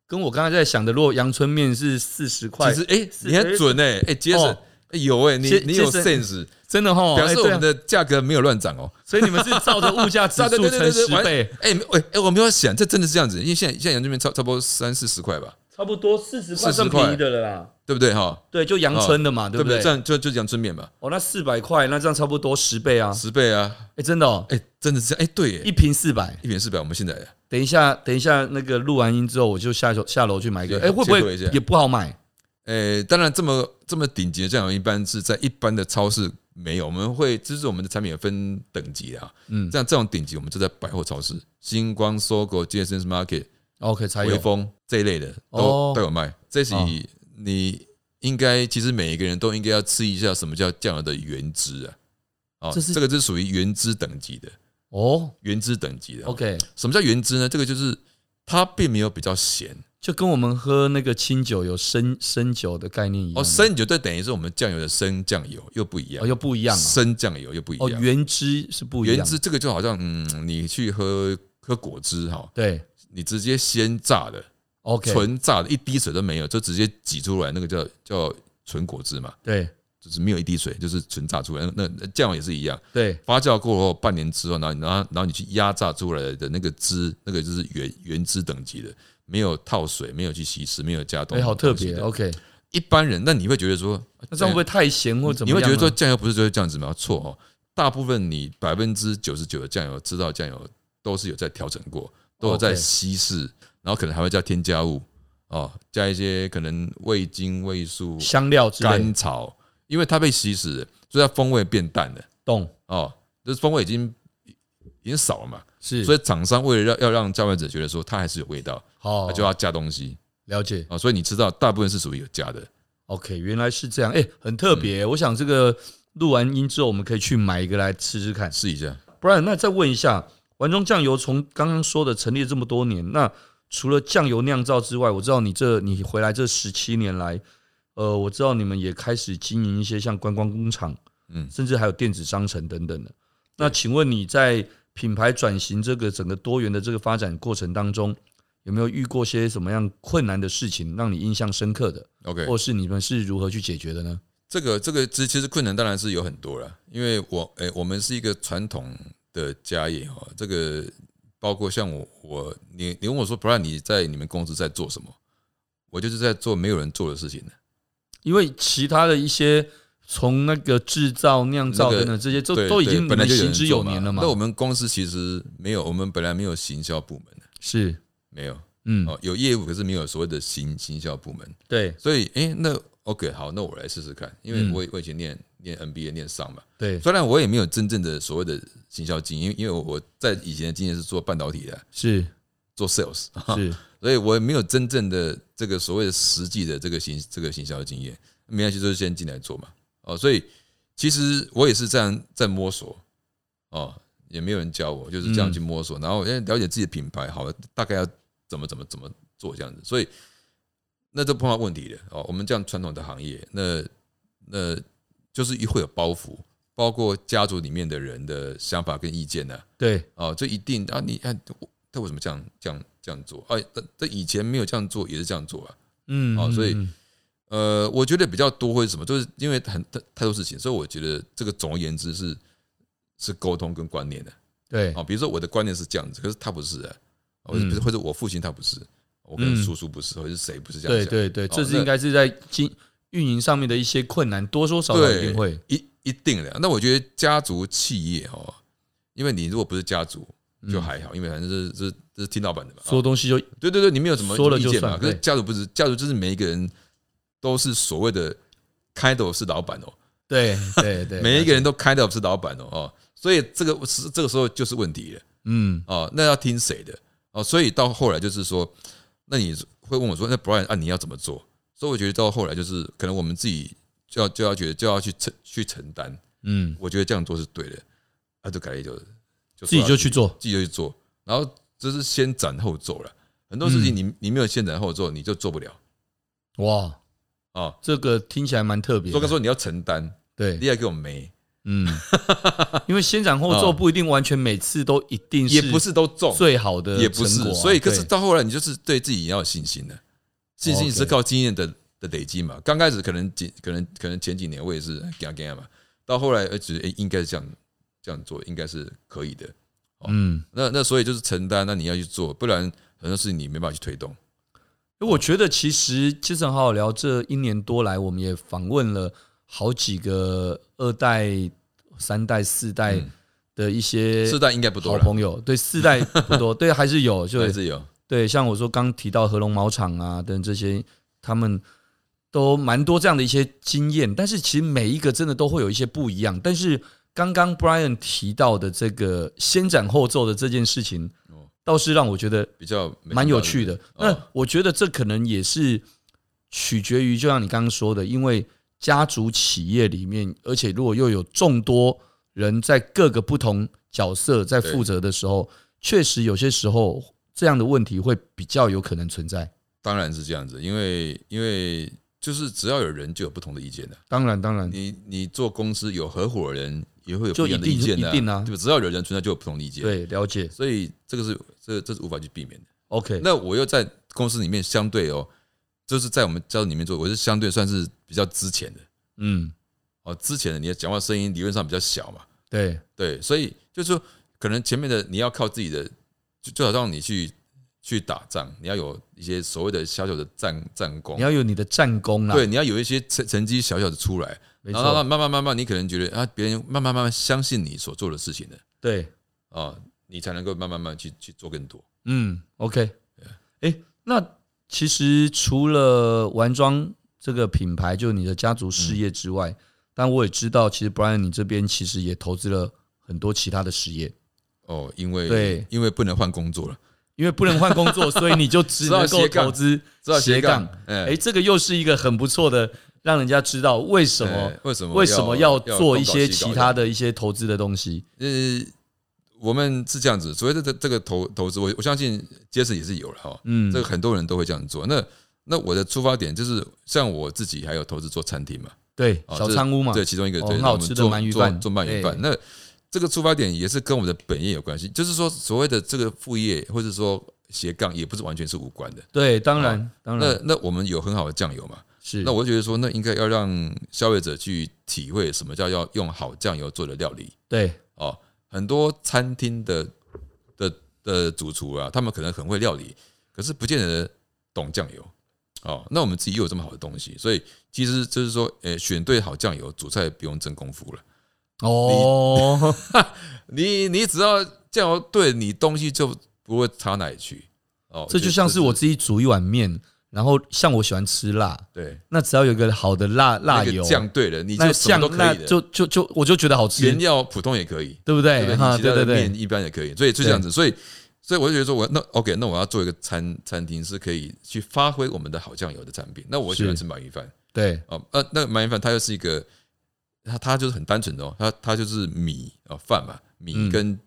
Speaker 2: 跟我刚才在想的，如果阳春面是四十块，
Speaker 3: 其实哎、
Speaker 2: 是
Speaker 3: 你很准哎、哎、杰森、
Speaker 2: 哦
Speaker 3: 哎有哎、你
Speaker 2: 杰
Speaker 3: 你有
Speaker 2: 杰森
Speaker 3: sense，
Speaker 2: 真的哈，
Speaker 3: 表
Speaker 2: 诶
Speaker 3: 示
Speaker 2: 对
Speaker 3: 我
Speaker 2: 啊
Speaker 3: 们的价格没有乱涨哦。啊
Speaker 2: 所以你们是照着物价指 数
Speaker 3: 对对对
Speaker 2: 乘
Speaker 3: 对对
Speaker 2: 十
Speaker 3: 完
Speaker 2: 倍，
Speaker 3: 哎、喂哎、我没有想，这真的是这样子，因为现在现在阳春面差差不多三四十块吧，
Speaker 2: 差不多四十
Speaker 3: 40块
Speaker 2: 的了啦。
Speaker 3: 对不对哈？
Speaker 2: 对，就阳春的嘛，对不
Speaker 3: 对不对？
Speaker 2: 对
Speaker 3: 这？样就就阳春面嘛，
Speaker 2: 哦，那四百块，那这样差不多十倍啊！
Speaker 3: 十倍啊，
Speaker 2: 哎，真的哦，
Speaker 3: 哎、真的是这样哎、对耶
Speaker 2: 一瓶四百。
Speaker 3: 一瓶四百，我们现在
Speaker 2: 等一下，等一下，那个录完音之后，我就下楼下楼去买一个。
Speaker 3: 对
Speaker 2: 哎，会不会
Speaker 3: 切磋一下
Speaker 2: 也不好买？
Speaker 3: 诶、当然这么这么顶级的酱油，一般是在一般的超市没有。我们会就是我们的产品有分等级啊，
Speaker 2: 嗯
Speaker 3: 像这种顶级，我们就在百货超市、星光、搜狗、杰森 Market、
Speaker 2: ，OK，才
Speaker 3: 微
Speaker 2: 有。
Speaker 3: 风这一类的都、
Speaker 2: 哦
Speaker 3: 都有卖。这是
Speaker 2: 哦
Speaker 3: 你应该其实每一个人都应该要吃一下什么叫酱油的原汁啊，哦，
Speaker 2: 这是
Speaker 3: 这个是属于原汁等级的，
Speaker 2: 哦
Speaker 3: 原汁等级的。啊
Speaker 2: ，OK，
Speaker 3: 什么叫原汁呢？这个就是它并没有比较咸，
Speaker 2: 就跟我们喝那个清酒有生生酒的概念一样。
Speaker 3: 哦，生酒就等于是我们酱油的生酱油又不一样
Speaker 2: 哦。又不一样啊。
Speaker 3: 生酱油又不一
Speaker 2: 哦，
Speaker 3: 样。
Speaker 2: 原汁是不一样。
Speaker 3: 原汁这个就好像，嗯，你去喝喝果汁哈，
Speaker 2: 对
Speaker 3: 你直接先榨的，
Speaker 2: ，OK，
Speaker 3: 纯榨的，一滴水都没有，就直接挤出来，那个叫叫纯果汁嘛。
Speaker 2: 对
Speaker 3: 就是没有一滴水，就是纯榨出来。那那酱也是一样，
Speaker 2: 对，
Speaker 3: 发酵过后半年之后，然后你然后然后你去压榨出来的那个汁，那个就是原原汁等级的，没有套水，没有去稀释，没有加东
Speaker 2: 哎、
Speaker 3: 西。
Speaker 2: 好特别
Speaker 3: 东西的
Speaker 2: ，OK。
Speaker 3: 一般人，那你会觉得说，哎
Speaker 2: 那这样会不会太咸或怎么
Speaker 3: 你
Speaker 2: 样啊
Speaker 3: 会
Speaker 2: 呢？
Speaker 3: 觉得说酱油不是就是这样子吗？错哦，大部分你百分之九十九的酱油知道酱油都是有在调整过，都有在
Speaker 2: OK
Speaker 3: 稀释，然后可能还会加添加物哦，加一些可能味精、味素、
Speaker 2: 香料之类
Speaker 3: 甘
Speaker 2: 的，
Speaker 3: 草，因为它被稀释了，所以它风味变淡了
Speaker 2: 懂
Speaker 3: 哦，就是风味已经已经少了嘛，
Speaker 2: 是，
Speaker 3: 所
Speaker 2: 以
Speaker 3: 以厂商为了要要让消费者觉得说它还是有味道，
Speaker 2: 好
Speaker 3: 它就要加东西
Speaker 2: 了解。
Speaker 3: 啊、哦，所以你知道大部分是属于有加的，
Speaker 2: OK，原来是这样，哎、很特
Speaker 3: 嗯
Speaker 2: 别、我想这个录完音之后，我们可以去买一个来吃吃看。
Speaker 3: 试一下。
Speaker 2: 不然，那再问一下，丸中酱油从刚刚说的成立这么多年，那除了酱油酿造之外，我知道你这你回来这十七年来，呃，我知道你们也开始经营一些像观光工厂，
Speaker 3: 嗯
Speaker 2: 甚至还有电子商城等等的。那请问你在品牌转型这个整个多元的这个发展过程当中，有没有遇过些什么样困难的事情，让你印象深刻的，
Speaker 3: OK，
Speaker 2: 或是你们是如何去解决的呢？
Speaker 3: 这个这个其实其实困难当然是有很多了，因为我诶、我们是一个传统的家业哈，这个包括像我我你你问我说，不然你在你们公司在做什么？我就是在做没有人做的事情
Speaker 2: 因为其他的一些从那个制造、酿造
Speaker 3: 那个
Speaker 2: 等等这些，都
Speaker 3: 对
Speaker 2: 都已
Speaker 3: 对
Speaker 2: 经你
Speaker 3: 本来
Speaker 2: 们
Speaker 3: 就
Speaker 2: 行
Speaker 3: 人
Speaker 2: 之
Speaker 3: 做
Speaker 2: 有年了嘛
Speaker 3: 那。我们公司其实没有，我们本来没有行销部门的，
Speaker 2: 是，
Speaker 3: 没有
Speaker 2: 嗯，
Speaker 3: 哦，有业务可是没有所谓的行行销部门。
Speaker 2: 对
Speaker 3: 所以诶、那 OK 好，那我来试试看，因为
Speaker 2: 嗯
Speaker 3: 我也我以前念念 MBA 念上嘛，
Speaker 2: 对
Speaker 3: 虽然我也没有真正的所谓的行销经验，因为因为我在以前的经验是做半导体的，
Speaker 2: 是
Speaker 3: 做 sales，
Speaker 2: 是
Speaker 3: 所以我也没有真正的这个所谓的实际的这个行这个行销经验。没关系，就是先进来做嘛。哦，所以其实我也是这样在摸索，哦，也没有人教我，就是这样去摸索，然后哎了解自己的品牌，好，大概要怎么怎么怎么做这样子。所以那就碰到问题了哦。我们这样传统的行业，那那就是一会有包袱，包括家族里面的人的想法跟意见呢、
Speaker 2: 对
Speaker 3: 哦，这一定啊，你看我他为什么这样这样这样做？哎，这这以前没有这样做，也是这样做啊。
Speaker 2: 嗯，
Speaker 3: 哦所以
Speaker 2: 嗯
Speaker 3: 呃，我觉得比较多会是什么，就是因为很太太多事情，所以我觉得这个总而言之是是沟通跟观念的
Speaker 2: 对
Speaker 3: 啊。比如说我的观念是这样子，可是他不是啊，或
Speaker 2: 嗯
Speaker 3: 者或者我父亲他不是，我跟
Speaker 2: 嗯
Speaker 3: 叔叔不是，或者是谁不是这样
Speaker 2: 对
Speaker 3: 想，
Speaker 2: 对对，
Speaker 3: 哦
Speaker 2: 这是
Speaker 3: 那
Speaker 2: 应该是在经运营上面的一些困难，多多少少一定会
Speaker 3: 一一定的。那我觉得家族企业哦，因为你如果不是家族就还
Speaker 2: 嗯
Speaker 3: 好，因为反正是是是听老板的嘛，哦
Speaker 2: 说东西就
Speaker 3: 对对对，你没有什么
Speaker 2: 说了
Speaker 3: 意
Speaker 2: 就
Speaker 3: 见
Speaker 2: 算
Speaker 3: 嘛？可是
Speaker 2: 对
Speaker 3: 家族不是家族，就是每一个人都是所谓的开头是老板哦，
Speaker 2: 对 对对，
Speaker 3: 每一个人都开头是老板哦哦，所以这个是这个时候就是问题了
Speaker 2: 嗯
Speaker 3: 哦，那要听谁的哦？所以到后来就是说，那你会问我说，那 Brian 啊，你要怎么做？所以我觉得到后来就是可能我们自己就要就要觉得就要去承去承担，
Speaker 2: 嗯，
Speaker 3: 我觉得这样做是对的，啊，就改了就就
Speaker 2: 自己就去做，
Speaker 3: 自己就去做，然后就是先斩后奏了。很多
Speaker 2: 嗯
Speaker 3: 事情你你没有先斩后奏，你就做不了
Speaker 2: 哇，
Speaker 3: 啊。
Speaker 2: 这个听起来蛮特别
Speaker 3: 所以
Speaker 2: 的。
Speaker 3: 他说你要承担，
Speaker 2: 对，
Speaker 3: 你要给我没，
Speaker 2: 嗯，因为先斩后奏
Speaker 3: 啊
Speaker 2: 不一定完全每次都一定
Speaker 3: 也不是都中，
Speaker 2: 最好的
Speaker 3: 也不
Speaker 2: 成
Speaker 3: 是。
Speaker 2: 果啊
Speaker 3: 所以可是
Speaker 2: 对哦
Speaker 3: 到后来你就是对自己也要有信心的，信心
Speaker 2: OK
Speaker 3: 是靠经验的的累积嘛。刚开始可能几可能可能前几年我也是干干嘛，到后来呃觉得哎应该是这样这样做应该是可以的。
Speaker 2: 嗯。
Speaker 3: 那那所以就是承担，那你要去做，不然很多事情你没办法去推动。
Speaker 2: 我觉得其实其实很好好聊，这一年多来，我们也访问了好几个二代、三代、四代
Speaker 3: 嗯
Speaker 2: 的一些
Speaker 3: 世代应该不多
Speaker 2: 好
Speaker 3: 了，
Speaker 2: 朋友，对四代不 多，对还是有，就
Speaker 3: 还是有。
Speaker 2: 对，像我说刚提到合龙毛厂啊等这些，他们都蛮多这样的一些经验，但是其实每一个真的都会有一些不一样。但是刚刚 Brian 提到的这个先斩后奏的这件事情
Speaker 3: 哦，
Speaker 2: 倒是让我觉得
Speaker 3: 比较没
Speaker 2: 蛮有
Speaker 3: 想到
Speaker 2: 趣的。
Speaker 3: 哦
Speaker 2: 那我觉得这可能也是取决于，就像你刚刚说的，因为家族企业里面，而且如果又有众多人在各个不同角色在负责的时候，确实有些时候这样的问题会比较有可能存在。
Speaker 3: 当然是这样子，因为因为就是只要有人就有不同的意见的、
Speaker 2: 当然，当然，
Speaker 3: 你你做公司有合伙人也会有
Speaker 2: 就
Speaker 3: 不一样的
Speaker 2: 一
Speaker 3: 意
Speaker 2: 定
Speaker 3: 见的、
Speaker 2: 一定啊
Speaker 3: 对吧？只要有人存在就有不同的意见，。
Speaker 2: 对，了解。
Speaker 3: 所以这个是这这是无法去避免的。
Speaker 2: OK，
Speaker 3: 那我又在公司里面相对哦，就是在我们家族里面做，我是相对算是比较之前的
Speaker 2: 嗯，
Speaker 3: 哦，之前的你的讲话声音理论上比较小嘛，
Speaker 2: 对，
Speaker 3: 对，所以就是说，可能前面的你要靠自己的，就就好像你去去打仗，你要有一些所谓的小小的战战功
Speaker 2: 你，要有你的战功啦，
Speaker 3: 对，你要有一些成成绩小小的出来，
Speaker 2: 没
Speaker 3: 然后
Speaker 2: 错，
Speaker 3: 慢慢慢慢慢，你可能觉得啊，别人慢慢慢慢相信你所做的事情的
Speaker 2: 对，
Speaker 3: 啊，你才能够慢慢慢慢去去做更多。
Speaker 2: 嗯，OK，哎、诶那其实除了玩庄这个品牌，就是你的家族事业之
Speaker 3: 嗯
Speaker 2: 外，但我也知道，其实 Brian 你这边其实也投资了很多其他的事业，
Speaker 3: 哦，因为
Speaker 2: 对
Speaker 3: 因为不能换工作了，
Speaker 2: 因为不能换工作，所以你就只能
Speaker 3: 知
Speaker 2: 够
Speaker 3: 道斜杠
Speaker 2: 投资
Speaker 3: 知道斜
Speaker 2: 杠
Speaker 3: 杠。
Speaker 2: 哎、
Speaker 3: 哎，
Speaker 2: 这个又是一个很不错的，让人家知道为什么
Speaker 3: 哎为什么
Speaker 2: 为什么要做一些其他
Speaker 3: 的？
Speaker 2: 的一些投资的东西。
Speaker 3: 呃，我们是这样子，所谓的这这个投投资，我我相信杰森也是有了哈，
Speaker 2: 嗯
Speaker 3: 这个很多人都会这样做。那那我的出发点就是，像我自己还有投资做餐厅嘛，
Speaker 2: 对，
Speaker 3: 哦
Speaker 2: 小
Speaker 3: 这
Speaker 2: 仓屋嘛，
Speaker 3: 对，其中一个
Speaker 2: 哦
Speaker 3: 对
Speaker 2: 很好
Speaker 3: 我们
Speaker 2: 吃的
Speaker 3: 做
Speaker 2: 鳗鱼
Speaker 3: 做
Speaker 2: 饭
Speaker 3: 做鳗鱼饭
Speaker 2: 对。
Speaker 3: 那这个出发点也是跟我的本业有关系，就是说所谓的这个副业或者说斜杠，也不是完全是无关的。
Speaker 2: 对，当然、当
Speaker 3: 那
Speaker 2: 然
Speaker 3: 那我们有很好的酱油嘛，
Speaker 2: 嗯是。
Speaker 3: 那我就觉得说，那应该要让消费者去体会什么叫要用好酱油做的料理。
Speaker 2: 对
Speaker 3: 哦，很多餐厅的的的主厨啊，他们可能很会料理，可是不见得懂酱油。哦，那我们自己又有这么好的东西，所以其实就是说，呃、选对好酱油，煮菜不用真功夫了。
Speaker 2: 哦，
Speaker 3: 你你只要酱油对你东西就不会差哪里去。哦，
Speaker 2: 这就
Speaker 3: 觉得
Speaker 2: 像是我自己煮一碗面，然后像我喜欢吃辣，
Speaker 3: 对
Speaker 2: 那只要有一个好的辣辣
Speaker 3: 那个
Speaker 2: 油，啊
Speaker 3: 酱对了，你
Speaker 2: 那
Speaker 3: 就什么
Speaker 2: 酱
Speaker 3: 都可
Speaker 2: 那
Speaker 3: 以的。
Speaker 2: 就就就我就觉得好吃
Speaker 3: 原，料普通也可以，
Speaker 2: 对不
Speaker 3: 对
Speaker 2: 对？
Speaker 3: 不对？
Speaker 2: 哈，
Speaker 3: 你其
Speaker 2: 对
Speaker 3: 他
Speaker 2: 对
Speaker 3: 的
Speaker 2: 对
Speaker 3: 面，一般也可以，所以就这样子，所以所以我就觉得说我那 OK，那我要做一个餐餐厅是可以去发挥我们的好酱油的产品。那我喜欢
Speaker 2: 是
Speaker 3: 吃鳗鱼饭
Speaker 2: 对
Speaker 3: 哦，呃，那鳗鱼饭它又是一个，它它就是很单纯的哦，它它就是米啊饭嘛，
Speaker 2: 嗯
Speaker 3: 米跟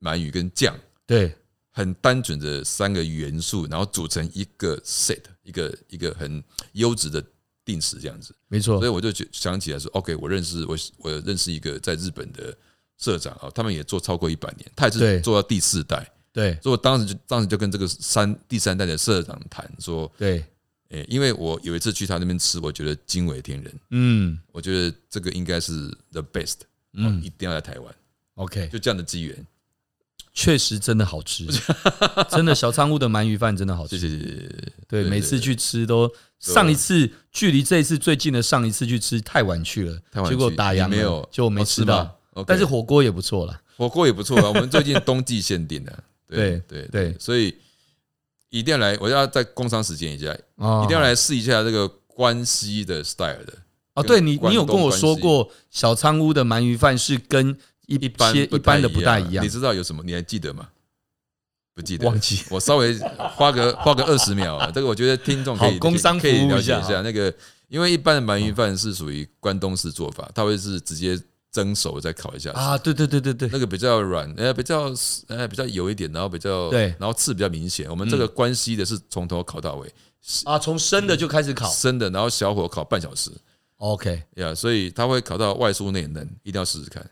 Speaker 3: 鳗鱼跟酱，
Speaker 2: 对，
Speaker 3: 很单纯的三个元素，然后组成一个 set，一个一个很优质的定时这样子。
Speaker 2: 没错
Speaker 3: 所以，我就觉想起来说，OK，我认识我我认识一个在日本的社长啊，他们也做超过一百年，他也
Speaker 2: 对
Speaker 3: 是做到第四代，
Speaker 2: 对
Speaker 3: 所以我当时就当时就跟这个三第三代的社长谈说，
Speaker 2: 对，
Speaker 3: 诶、因为我有一次去他那边吃，我觉得惊为天人，
Speaker 2: 嗯
Speaker 3: 我觉得这个应该是 the best，嗯，
Speaker 2: 嗯
Speaker 3: 一定要来台湾，
Speaker 2: ，OK，
Speaker 3: 就这样的机缘，
Speaker 2: 确实真的好吃，真的小仓屋的鳗鱼饭真的好
Speaker 3: 谢
Speaker 2: 吃。
Speaker 3: 谢谢谢谢谢，
Speaker 2: 对，
Speaker 3: 对
Speaker 2: 每次去吃都
Speaker 3: 对啊
Speaker 2: 上一次距离这一次最近的上一次去吃太晚去了，
Speaker 3: 台湾
Speaker 2: 结果打烊了
Speaker 3: 没有，
Speaker 2: 就我没
Speaker 3: 哦
Speaker 2: 吃
Speaker 3: 是吗
Speaker 2: 到，
Speaker 3: OK
Speaker 2: 但是火锅也不错啦。
Speaker 3: 火锅也 不错啊，我们最近冬季限定的、对对
Speaker 2: 对
Speaker 3: 所以一定要来，我要在工商时间一下，一
Speaker 2: 啊，
Speaker 3: 定要来试一下这个关西的 style 的，
Speaker 2: 哦，
Speaker 3: 跟
Speaker 2: 对你，
Speaker 3: 关
Speaker 2: 你有跟
Speaker 3: 东
Speaker 2: 我
Speaker 3: 关
Speaker 2: 说
Speaker 3: 系
Speaker 2: 过，小仓屋的鳗鱼饭是跟一
Speaker 3: 一般
Speaker 2: 些一般的不大
Speaker 3: 太啊
Speaker 2: 一样
Speaker 3: 你。知道有什么？你还记得吗？不记得，
Speaker 2: 忘记。
Speaker 3: 我稍微花个 花个二十秒啊，这个我觉得听众可
Speaker 2: 好
Speaker 3: 以
Speaker 2: 工商
Speaker 3: 可以可以
Speaker 2: 服务
Speaker 3: 了
Speaker 2: 一下啊
Speaker 3: 解一下那个，因为一般的鳗鱼饭是属于关东式做法，它会是直接蒸熟再烤一下
Speaker 2: 啊，对对对对对
Speaker 3: 那个比较软，呃，比较呃比较油一点，然后比较
Speaker 2: 对嗯
Speaker 3: 然后刺比较明显。我们这个关西的是从头烤到尾，
Speaker 2: 啊，从生的就开始烤。
Speaker 3: 生的，然后小火烤半小时
Speaker 2: OK，
Speaker 3: 呀，所以它会烤到外酥内嫩，一定要试试看。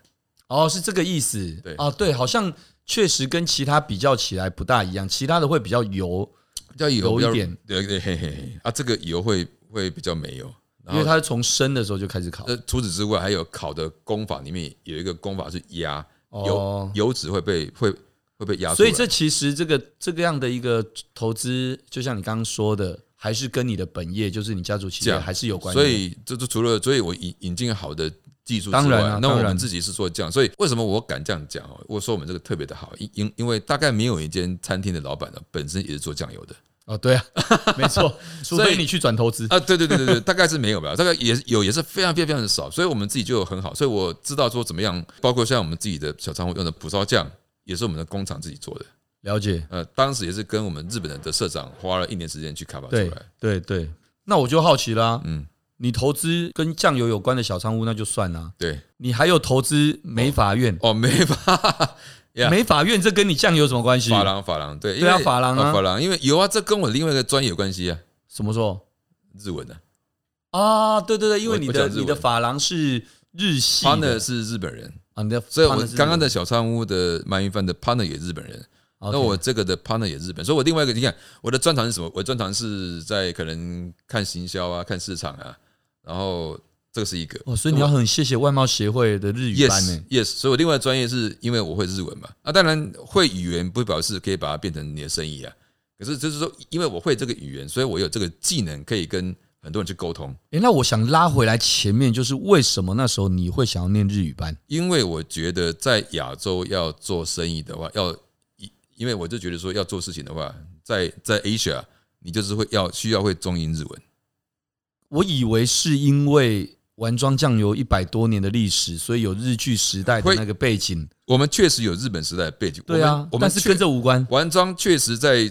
Speaker 2: 哦，是这个意思。
Speaker 3: 对
Speaker 2: 啊，对，好像确实跟其他比较起来不大一样，其他的会比较油，
Speaker 3: 比较油
Speaker 2: 油
Speaker 3: 比较
Speaker 2: 一点，
Speaker 3: 对对嘿嘿嘿啊，这个油会会比较没有。
Speaker 2: 因
Speaker 3: 然
Speaker 2: 为
Speaker 3: 后
Speaker 2: 它是从生的时候就开始烤。
Speaker 3: 呃，除此之外，还有烤的功法里面有一个功法是压
Speaker 2: 哦
Speaker 3: 油油脂会被会会被压出
Speaker 2: 所
Speaker 3: 来，
Speaker 2: 以这其实这个这个样的一个投资，就像你刚刚说的，还是跟你的本业，就是你家族企
Speaker 3: 这
Speaker 2: 业
Speaker 3: 样
Speaker 2: 还是有关系。
Speaker 3: 所以这就除了，所以我引引进好的技术之
Speaker 2: 当
Speaker 3: 外，
Speaker 2: 然啊
Speaker 3: 那我
Speaker 2: 当然
Speaker 3: 们自己是做酱，所以为什么我敢这样讲哦？我说我们这个特别的好，因因因为大概没有一间餐厅的老板呢，本身也是做酱油的
Speaker 2: 哦，对啊，没错，除非你去转投资。
Speaker 3: 啊，对对对 对对，大概是没有吧，大概也是有也是非常非常非常的少，所以我们自己就有很好，所以我知道说怎么样，包括像我们自己的小仓库用的蒲烧酱，也是我们的工厂自己做的，
Speaker 2: 了解。
Speaker 3: 呃，当时也是跟我们日本人的社长花了一年时间去开发出
Speaker 2: 对
Speaker 3: 来，
Speaker 2: 对对，那我就好奇啦、
Speaker 3: 嗯，
Speaker 2: 你投资跟酱油有关的小商屋，那就算啦、
Speaker 3: 对，
Speaker 2: 你还有投资美法院，
Speaker 3: 哦，没法。呀
Speaker 2: 美法院这跟你酱油有什么关系？
Speaker 3: 法郎，法郎，对，因
Speaker 2: 对啊
Speaker 3: 为
Speaker 2: 法郎啊
Speaker 3: 哦法郎，因为有啊，这跟我另外一个专业有关系啊，
Speaker 2: 什么时候
Speaker 3: 日文啊
Speaker 2: 啊？对对对，因为
Speaker 3: 我
Speaker 2: 你
Speaker 3: 我
Speaker 2: 的
Speaker 3: 讲日文
Speaker 2: 你的法郎是日系的
Speaker 3: ，partner 是日本人，
Speaker 2: 啊，你的
Speaker 3: 嗯所以我
Speaker 2: partner 是
Speaker 3: 刚刚的小仓屋的鳗鱼饭的 partner 也日本人，
Speaker 2: OK，
Speaker 3: 那我这个的 partner 也日本，所以我另外一个，你看我的专长是什么？我的专长是在可能看行销啊，看市场啊，然后这个是一个。
Speaker 2: 哇，哦所以你要很谢谢外贸协会的日语班欸呢
Speaker 3: Yes, yes。所以我另外专业是因为我会日文嘛，啊，当然会语言不表示可以把它变成你的生意啊。可是就是说，因为我会这个语言，所以我有这个技能可以跟很多人去沟通。
Speaker 2: 诶，哎那我想拉回来前面，就是为什么那时候你会想要念日语班？
Speaker 3: 因为我觉得在亚洲要做生意的话，要因因为我就觉得说要做事情的话，在在 Asia 你就是会要需要会中英日文。
Speaker 2: 我以为是因为丸庄酱油一百多年的历史，所以有日剧时代的
Speaker 3: 会
Speaker 2: 那个背景。
Speaker 3: 我们确实有日本时代的背景，
Speaker 2: 对啊，
Speaker 3: 我们我们
Speaker 2: 但是跟这无关。
Speaker 3: 完庄确实在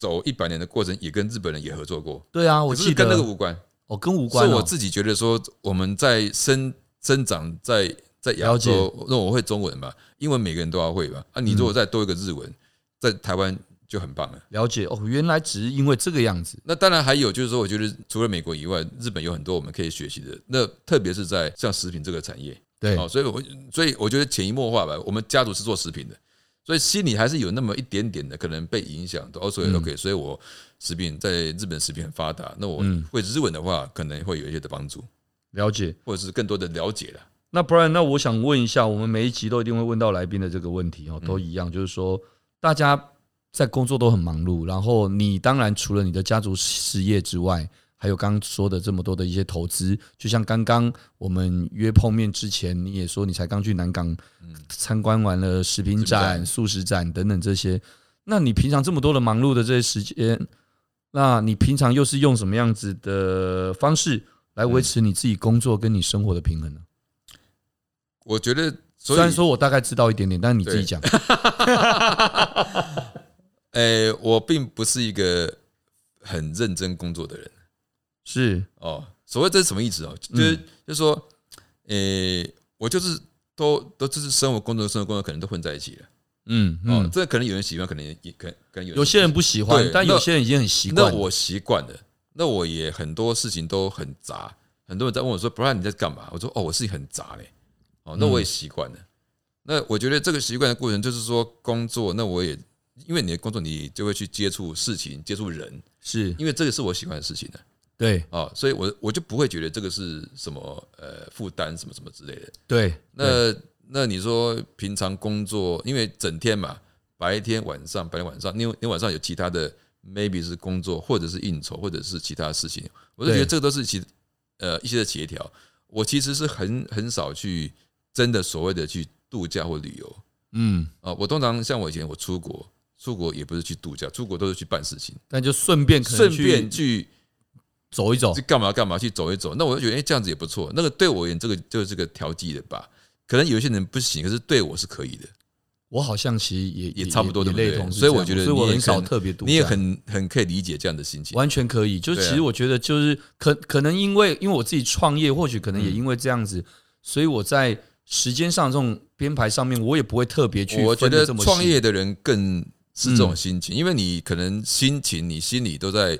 Speaker 3: 走一百年的过程，也跟日本人也合作过，
Speaker 2: 对啊，我
Speaker 3: 可是
Speaker 2: 记
Speaker 3: 跟
Speaker 2: 得
Speaker 3: 那个无关。
Speaker 2: 哦，跟无
Speaker 3: 所
Speaker 2: 关
Speaker 3: 以
Speaker 2: 哦、
Speaker 3: 我自己觉得说，我们在生生长在在亚
Speaker 2: 了解嗯
Speaker 3: 洲，那我会中文吧，英文每个人都要会吧。啊，你如果再多一个日文，在台湾就很棒了。
Speaker 2: 了解哦，原来只是因为这个样子。
Speaker 3: 那当然还有就是说，我觉得除了美国以外，日本有很多我们可以学习的。那特别是在像食品这个产业，
Speaker 2: 对，
Speaker 3: 哦，所以我所以我觉得潜移默化吧，我们家族是做食品的，所以心里还是有那么一点点的可能被影响的。哦，所
Speaker 2: 嗯
Speaker 3: 以 OK，所以我食品在日本食品很发达，那我
Speaker 2: 嗯
Speaker 3: 会日文的话，可能会有一些的帮助，
Speaker 2: 了解。
Speaker 3: 或者是更多的了解了。
Speaker 2: 那不然，那我想问一下，我们每一集都一定会问到来宾的这个问题哦，都一样，就是说大家在工作都很忙碌，然后你当然除了你的家族事业之外，还有刚刚说的这么多的一些投资，就像刚刚我们约碰面之前，你也说你才刚去南港参观完了嗯食品
Speaker 3: 食品
Speaker 2: 展、
Speaker 3: 展
Speaker 2: 素食展等等这些，那你平常这么多的忙碌的这些时间，那你平常又是用什么样子的方式来维持你自己工作跟你生活的平衡呢？
Speaker 3: 我觉得，所
Speaker 2: 虽
Speaker 3: 以
Speaker 2: 然，说我大概知道一点点，但是你自己
Speaker 3: 对
Speaker 2: 讲。
Speaker 3: 诶、呃我并不是一个很认真工作的人
Speaker 2: 是
Speaker 3: 哦。所谓这是什么意思哦？就是、
Speaker 2: 嗯
Speaker 3: 就是说，诶、我就是都都就是生活、工作、生活、工作可能都混在一起了。
Speaker 2: 嗯
Speaker 3: 哦，
Speaker 2: 嗯，
Speaker 3: 这可能有人喜欢，可能也可能可能有人
Speaker 2: 有些人不喜欢
Speaker 3: 对，
Speaker 2: 但
Speaker 3: 那
Speaker 2: 有些人已经很习
Speaker 3: 那
Speaker 2: 惯了。
Speaker 3: 我习惯了，那我也很多事情都很杂。很多人在问我说：“不然你在干嘛？”我说：“哦，我事情很杂嘞。”
Speaker 2: 嗯
Speaker 3: 哦，那我也习惯了。那我觉得这个习惯的过程就是说，工作那我也因为你的工作，你就会去接触事情、接触人，
Speaker 2: 是
Speaker 3: 因为这个是我喜欢的事情的
Speaker 2: 对
Speaker 3: 啊、哦，所以我我就不会觉得这个是什么呃负担什么什么之类的。
Speaker 2: 对，对
Speaker 3: 那那你说平常工作，因为整天嘛，白天晚上，白天晚上，你有你晚上有其他的，maybe 是工作，或者是应酬，或者是其他的事情，我就觉得
Speaker 2: 对
Speaker 3: 这个都是其呃一些的协调。我其实是很很少去真的所谓的去度假或旅游
Speaker 2: 嗯，
Speaker 3: 啊，我通常像我以前我出国，出国也不是去度假，出国都是去办事情，
Speaker 2: 但就顺便可能
Speaker 3: 顺
Speaker 2: 去
Speaker 3: 便去
Speaker 2: 走一走
Speaker 3: 去。干嘛干嘛去走一走。那我就觉得，哎、这样子也不错。那个对我而言，这个就是个调剂的吧。可能有些人不行，可是对我是可以的。
Speaker 2: 我好像其实也
Speaker 3: 也差不多
Speaker 2: 也
Speaker 3: 对不对
Speaker 2: 类同是
Speaker 3: 所以
Speaker 2: 这样
Speaker 3: 我觉得
Speaker 2: 所以我
Speaker 3: 你也
Speaker 2: 很少
Speaker 3: 可能
Speaker 2: 特别读，
Speaker 3: 你也很很可以理解这样的心情。
Speaker 2: 完全可以。就
Speaker 3: 对
Speaker 2: 其
Speaker 3: 啊
Speaker 2: 实我觉得就是可可能因为因为我自己创业，或许可
Speaker 3: 嗯
Speaker 2: 能也因为这样子，所以我在时间上这种编排上面，我也不会特别去
Speaker 3: 我觉
Speaker 2: 分
Speaker 3: 得
Speaker 2: 得这么细
Speaker 3: 创业的人更是这种心情，因为你可能心情，你心里都在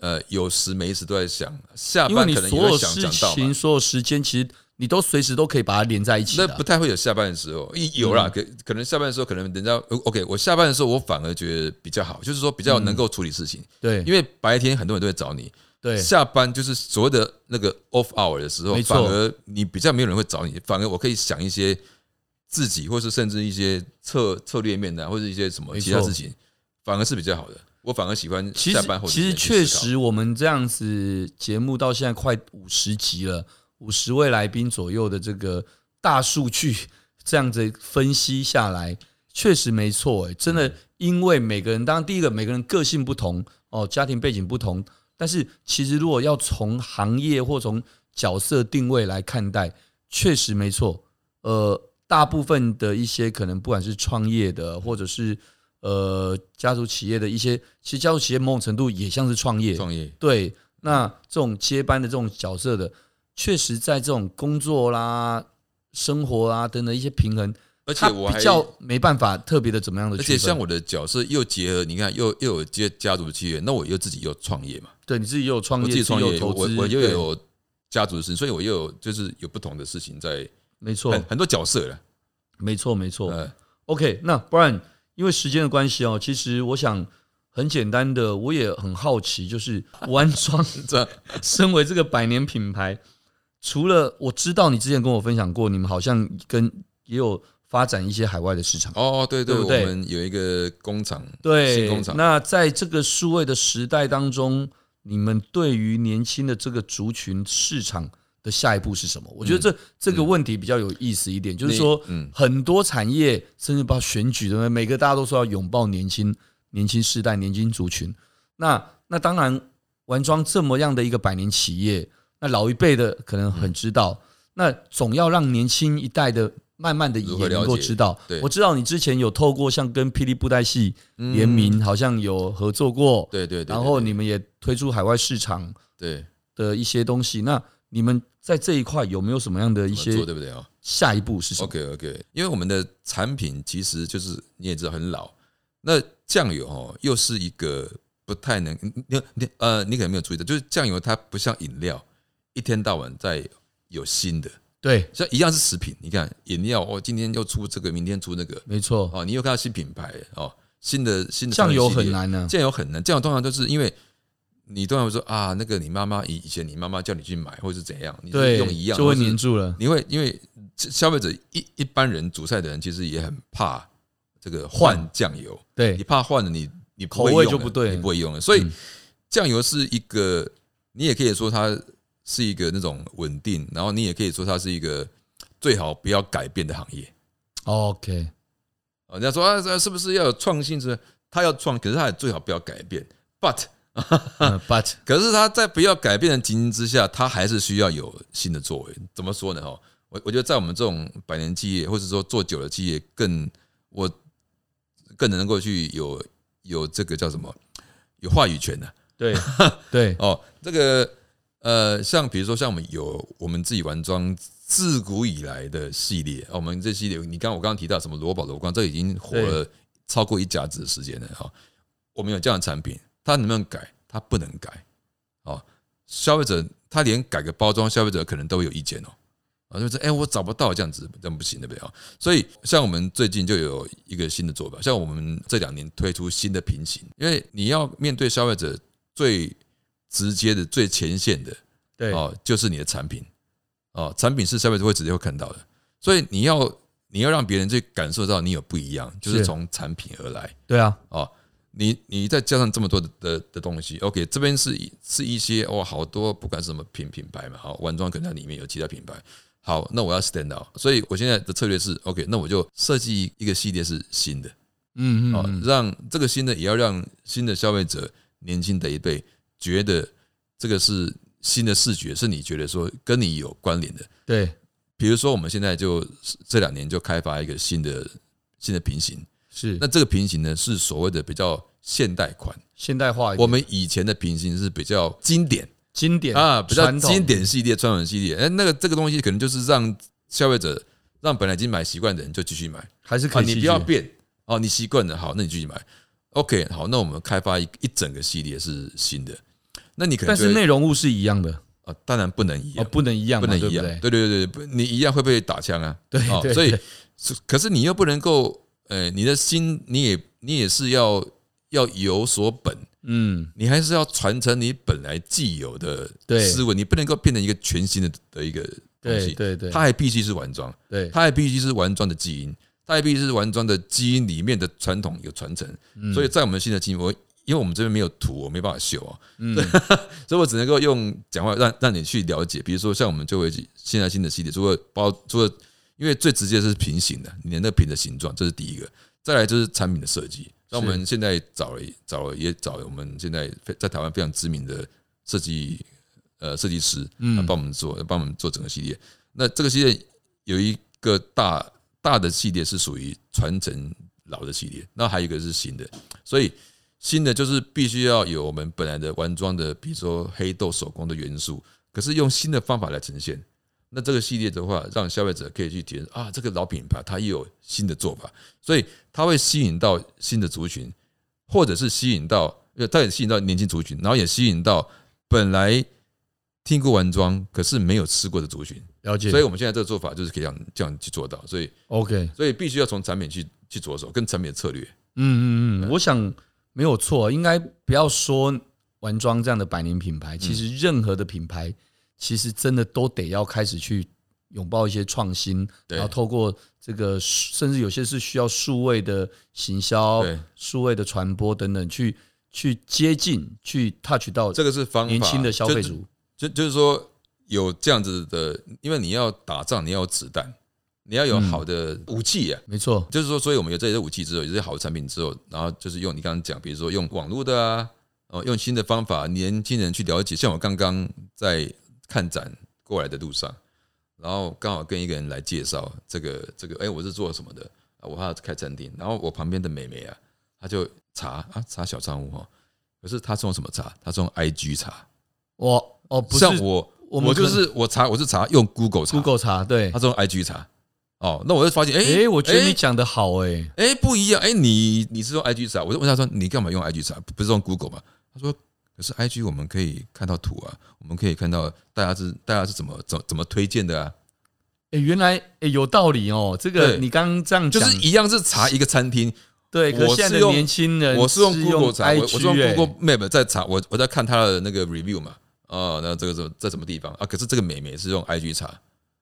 Speaker 3: 呃有时没时都在想，下
Speaker 2: 因为
Speaker 3: 班
Speaker 2: 你
Speaker 3: 啊可能
Speaker 2: 所
Speaker 3: 也
Speaker 2: 有
Speaker 3: 会想
Speaker 2: 事
Speaker 3: 想到
Speaker 2: 情、
Speaker 3: 嘛。
Speaker 2: 所有时间，其实你都随时都可以把它连在一起
Speaker 3: 那
Speaker 2: 的
Speaker 3: 不
Speaker 2: 啊。
Speaker 3: 太会有下班的时候，
Speaker 2: 嗯
Speaker 3: 一有啦，可可能下班的时候，可能人家呃 OK，我下班的时候我反而觉得比较好，就是说比较能够处理事情，
Speaker 2: 嗯对
Speaker 3: 因为白天很多人都会找你，
Speaker 2: 对，
Speaker 3: 下班就是所谓的那个 off hour 的时候
Speaker 2: 没，错
Speaker 3: 反而你比较没有人会找你，反而我可以想一些自己，或是甚至一些策策略面的、或者一些什么
Speaker 2: 没错
Speaker 3: 其他事情，反而是比较好的。我反而喜欢
Speaker 2: 其
Speaker 3: 下
Speaker 2: 实
Speaker 3: 班后的
Speaker 2: 其实
Speaker 3: 时间去
Speaker 2: 确
Speaker 3: 思考，
Speaker 2: 实，我们这样子节目到现在快五十集了，五十位来宾左右的这个大数据这样子分析下来，确实没错、诶，真的，
Speaker 3: 嗯
Speaker 2: 因为每个人，当然第一个每个人个性不同哦，家庭背景不同，但是其实如果要从行业或从角色定位来看待，确实没错。呃，大部分的一些可能不管是创业的，或者是呃家族企业的一些，其实家族企业某种程度也像是创业。
Speaker 3: 创业
Speaker 2: 对，那这种接班的这种角色的，确实在这种工作啦、生活啊等等一些平衡，
Speaker 3: 而且
Speaker 2: 它
Speaker 3: 我还
Speaker 2: 比较没办法特别的怎么样的
Speaker 3: 而
Speaker 2: 区分。
Speaker 3: 且像我的角色又结合，你看又又有接家族企业，那我又自己又创业嘛，
Speaker 2: 对你自己也有创
Speaker 3: 我
Speaker 2: 业，
Speaker 3: 自己创
Speaker 2: 嗯也
Speaker 3: 业，
Speaker 2: 有
Speaker 3: 我
Speaker 2: 投资，
Speaker 3: 我又
Speaker 2: 对，
Speaker 3: 有家族的事情，所以我又有就是有不同的事情在，
Speaker 2: 没错
Speaker 3: 很，很多角色了。
Speaker 2: 没错，没错。
Speaker 3: 呃，
Speaker 2: OK，那不然因为时间的关系哦，其实我想很简单的，我也很好奇，就是丸庄
Speaker 3: 这样
Speaker 2: 身为这个百年品牌， 除了我知道你之前跟我分享过，你们好像跟也有发展一些海外的市场。
Speaker 3: 哦，对对，
Speaker 2: 对不
Speaker 3: 我
Speaker 2: 对
Speaker 3: 们有一个工厂，新
Speaker 2: 对
Speaker 3: 工，厂，
Speaker 2: 那在这个数位的时代当中，你们对于年轻的这个族群市场的下一步是什么？我觉得这、这个问题比较有意思一点，就是说，
Speaker 3: 嗯
Speaker 2: 很多产业甚至包括选举的，每个大家都说要拥抱年轻、年轻世代、年轻族群。那那当然，玩庄这么样的一个百年企业，那老一辈的可能很知道，
Speaker 3: 嗯
Speaker 2: 那总要让年轻一代的。慢慢的
Speaker 3: 如何
Speaker 2: 也
Speaker 3: 了
Speaker 2: 能够
Speaker 3: 解
Speaker 2: 知道
Speaker 3: 对，
Speaker 2: 我知道你之前有透过像跟霹雳布袋戏联名好像有合作过，
Speaker 3: 嗯对对对，对
Speaker 2: 然后
Speaker 3: 对
Speaker 2: 你们也推出海外市场
Speaker 3: 对
Speaker 2: 的一些东西。那你们在这一块有没有什么样的一
Speaker 3: 一
Speaker 2: 些
Speaker 3: 些做对不对啊
Speaker 2: 下一步是什么？
Speaker 3: ？OK OK，因为我们的产品其实就是你也知道很老，那酱油哦又是一个不太能你你呃你可能没有注意到，就是酱油它不像饮料，一天到晚在有新的，
Speaker 2: 对，
Speaker 3: 像一样是食品，你看饮料哦，今天又出这个，明天出那个
Speaker 2: 没错，
Speaker 3: 哦，你又看到新品牌哦，新的新的
Speaker 2: 酱油
Speaker 3: 产品系
Speaker 2: 很
Speaker 3: 列
Speaker 2: 难呢、
Speaker 3: 酱油很难，酱油通常都是因为你通常会说啊，那个你妈妈以以前你妈妈叫你去买，或者是怎样，你就
Speaker 2: 对
Speaker 3: 用一，样，
Speaker 2: 就会
Speaker 3: 或是
Speaker 2: 黏住了。
Speaker 3: 你会因为消费者一一般人煮菜的人其实也很怕这个
Speaker 2: 换
Speaker 3: 换酱油，你
Speaker 2: 对，
Speaker 3: 怕换了你你不
Speaker 2: 口
Speaker 3: 会
Speaker 2: 味
Speaker 3: 用
Speaker 2: 就
Speaker 3: 了
Speaker 2: 不对
Speaker 3: 你不会用了，所以
Speaker 2: 嗯
Speaker 3: 酱油是一个，你也可以说它是一个那种稳定，然后你也可以说它是一个最好不要改变的行业。
Speaker 2: OK，
Speaker 3: 啊，人家说啊，这是不是要有创新？是，他要创，可是他也最好不要改变。But，
Speaker 2: 嗯 But
Speaker 3: 可是他在不要改变的情形之下，他还是需要有新的作为。怎么说呢？哈，我我觉得在我们这种百年企业，或者说做久了企业，更我更能够去有有这个叫什么有话语权的、
Speaker 2: 对对，
Speaker 3: 哦，这个呃，像比如说像我们有我们自己玩庄自古以来的系列，哦、我们这系列你刚我刚刚提到什么罗宝罗光，这已经火了超过一甲子的时间了哈、哦。我们有这样的产品，它能不能改？它不能改哦。消费者他连改个包装，消费者可能都有意见哦。啊，就是哎、我找不到这样子，这样不行，对不对啊？所以像我们最近就有一个新的做法，像我们这两年推出新的平行，因为你要面对消费者最直接的、最前线的
Speaker 2: 对，
Speaker 3: 哦，就是你的产品哦，产品是消费者会直接会看到的，所以你要你要让别人去感受到你有不一样，就是
Speaker 2: 是
Speaker 3: 从产品而来
Speaker 2: 对啊，
Speaker 3: 哦。你你再加上这么多的的的东西，OK，这边是一是一些哇，好多不管是什么品品牌嘛，好，晚装可能它里面有其他品牌。好，那我要 stand out，所以我现在的策略是 OK，那我就设计一个系列是新的，
Speaker 2: 嗯嗯
Speaker 3: 哦，
Speaker 2: 嗯，
Speaker 3: 让这个新的也要让新的消费者、年轻的一辈觉得这个是新的视觉，是你觉得说跟你有关联的。
Speaker 2: 对，
Speaker 3: 比如说，我们现在就这两年就开发一个新的新的平行，
Speaker 2: 是
Speaker 3: 那这个平行呢是所谓的比较现代款，
Speaker 2: 现代化一点，
Speaker 3: 我们以前的平行是比较经典
Speaker 2: 经典
Speaker 3: 啊，比较
Speaker 2: 传统
Speaker 3: 经典系列、传统系列。哎，那个这个东西可能就是让消费者让本来已经买习惯的人就继续买。
Speaker 2: 还是
Speaker 3: 啊，
Speaker 2: 可以
Speaker 3: 你
Speaker 2: 细
Speaker 3: 不要
Speaker 2: 节
Speaker 3: 变哦，你习惯了，好，那你继续买。OK，好，那我们开发一一整个系列是新的，那你可能
Speaker 2: 但
Speaker 3: 就是会
Speaker 2: 内容物是一样的，
Speaker 3: 啊，当然不能一
Speaker 2: 哦，
Speaker 3: 样，
Speaker 2: 不能一样嘛，
Speaker 3: 能
Speaker 2: 对
Speaker 3: 一样，
Speaker 2: 对？
Speaker 3: 对对对对，不你一样会被打枪啊，
Speaker 2: 对
Speaker 3: 哦
Speaker 2: 对
Speaker 3: 所以
Speaker 2: 对
Speaker 3: 是可是你又不能够，呃，你的心你也你也是要要有所本，
Speaker 2: 嗯，
Speaker 3: 你还是要传承你本来既有的
Speaker 2: 对
Speaker 3: 思维，你不能够变成一个全新的的一个东
Speaker 2: 对
Speaker 3: 西，
Speaker 2: 对对，
Speaker 3: 它还必须是完装。
Speaker 2: 对
Speaker 3: 它也必须是玩庄的基因，它也必须是玩庄的基因里面的传统有传承。所以在我们新的基因，我因为我们这边没有图，我没办法秀啊，
Speaker 2: 嗯，
Speaker 3: 所以我只能够用讲话让让你去了解。比如说像我们就会现在新的系列，除了包除了因为最直接的是平行的，你的那个瓶的形状，这是第一个。再来就是产品的设计，那我们现在找了找了也找了我们现在非在台湾非常知名的设计呃设计师，
Speaker 2: 嗯
Speaker 3: 嗯，帮我们做帮我们做整个系列。那这个系列有一个大大的系列是属于传承老的系列，那还有一个是新的，所以新的就是必须要有我们本来的玩装的，比如说黑豆手工的元素，可是用新的方法来呈现。那这个系列的话，让消费者可以去体验啊，这个老品牌它又有新的做法，所以它会吸引到新的族群，或者是吸引到，呃，它也吸引到年轻族群，然后也吸引到本来听过玩庄可是没有吃过的族群。
Speaker 2: 了解。
Speaker 3: 所以我们现在这个做法就是可以这样这样去做到，所以
Speaker 2: OK，
Speaker 3: 所以必须要从产品去去着手，跟产品的策略。
Speaker 2: 嗯嗯嗯，我想没有
Speaker 3: 嗯
Speaker 2: 错，应该不要说玩庄这样的百年品牌，其实任何的品牌，其实真的都得要开始去拥抱一些创新，
Speaker 3: 对
Speaker 2: 然后透过这个，甚至有些是需要数位的行销
Speaker 3: 对、
Speaker 2: 数位的传播等等，去去接近、去 touch 到
Speaker 3: 这个是方法。
Speaker 2: 年轻的消费族。
Speaker 3: 就就是说有这样子的，因为你要打仗，你要有子弹，你要有
Speaker 2: 嗯
Speaker 3: 好的武器啊。
Speaker 2: 没错，
Speaker 3: 就是说，所以我们有这些武器之后，有这些好的产品之后，然后就是用你刚刚讲，比如说用网络的啊，哦，用新的方法，年轻人去了解。像我刚刚在看展过来的路上，然后刚好跟一个人来介绍这个这个，哎，我是做什么的啊？我他开餐厅，然后我旁边的妹妹啊，她就查啊查小账户哈，可是她是用什么查？她是用 IG 查，
Speaker 2: 我哦不是
Speaker 3: 像我
Speaker 2: 我
Speaker 3: 我
Speaker 2: 们
Speaker 3: 就
Speaker 2: 可能
Speaker 3: 是我查我是查用 Google 查
Speaker 2: Google 查对
Speaker 3: 她，是用 IG 查。哦，那我就发现，哎、
Speaker 2: 诶，我觉得
Speaker 3: 哎
Speaker 2: 你讲的好哎，
Speaker 3: 哎、不一样，哎、你你是用 IG 查？我就问他说，你干嘛用 IG 查？不是用 Google 吗？他说，可是 IG 我们可以看到图啊，我们可以看到大家是大家是怎么怎么怎么推荐的啊，
Speaker 2: 哎，原来哎有道理哦，这个
Speaker 3: 对
Speaker 2: 你刚刚这样
Speaker 3: 就
Speaker 2: 讲
Speaker 3: 是一样是查一个餐厅，
Speaker 2: 对，可
Speaker 3: 我
Speaker 2: 现在
Speaker 3: 是
Speaker 2: 的
Speaker 3: 用
Speaker 2: 年轻人
Speaker 3: 我是用 Google 查，我
Speaker 2: IG
Speaker 3: 我是用
Speaker 2: 哎
Speaker 3: Google Map 在查，我我在看他的那个 review 嘛，哦，那这个是在什么地方啊？可是这个美眉是用 IG 查，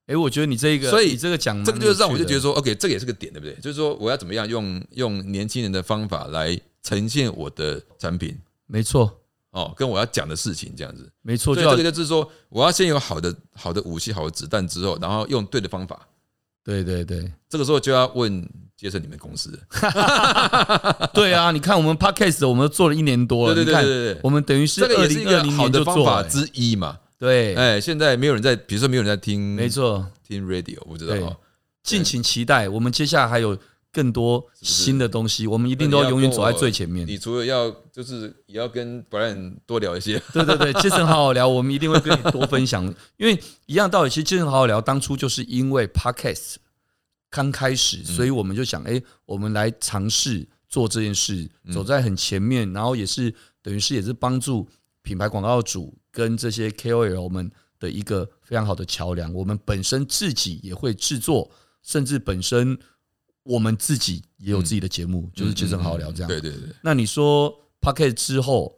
Speaker 2: 哎、我觉得你这个，
Speaker 3: 所以
Speaker 2: 你这个讲嗯蛮有
Speaker 3: 这
Speaker 2: 趣
Speaker 3: 个
Speaker 2: 的，
Speaker 3: 就是让我就觉得说，OK，这个也是个点，对不对？就是说我要怎么样用用年轻人的方法来呈现我的产品
Speaker 2: 没错，
Speaker 3: 哦，跟我要讲的事情这样子。
Speaker 2: 没错，就
Speaker 3: 对，
Speaker 2: 要
Speaker 3: 这个就是说，我要先有好的好的武器、好的子弹之后，然后用对的方法。
Speaker 2: 对对对
Speaker 3: 这个时候就要问杰森你们公司了，
Speaker 2: 对啊！你看我们 podcast 我们做了一年多了，
Speaker 3: 对对对
Speaker 2: 你看
Speaker 3: 对对
Speaker 2: 我们等于是
Speaker 3: 这个
Speaker 2: 二
Speaker 3: 也是一
Speaker 2: 零二
Speaker 3: 个
Speaker 2: 零
Speaker 3: 好
Speaker 2: 年就
Speaker 3: 的方
Speaker 2: 做
Speaker 3: 法
Speaker 2: 了，欸
Speaker 3: 之一嘛。
Speaker 2: 对，
Speaker 3: 哎，现在没有人在，比如说没有人在听，
Speaker 2: 没，错，
Speaker 3: 听 radio，我不知道
Speaker 2: 对
Speaker 3: 哦。
Speaker 2: 敬请期待，我们接下来还有更多新的东西，我们一定都
Speaker 3: 那你要
Speaker 2: 永远
Speaker 3: 跟
Speaker 2: 走
Speaker 3: 我
Speaker 2: 在最前面。
Speaker 3: 你除了要，就是也要跟 Brian 多聊一些，
Speaker 2: 对对对，杰森好好聊，我们一定会跟你多分享，因为一样道理，其实杰森好好聊当初就是因为 podcast 刚开始，所以我们就想，哎、我们来尝试做这件事，走在很前面，然后也是等于是也是帮助品牌广告主跟这些 KOL 们的一个非常好的桥梁。我们本身自己也会制作，甚至本身我们自己也有自己的节目，
Speaker 3: 嗯
Speaker 2: 就是杰森好好聊这样。
Speaker 3: 对对对，
Speaker 2: 那你说 p o c k e t 之后，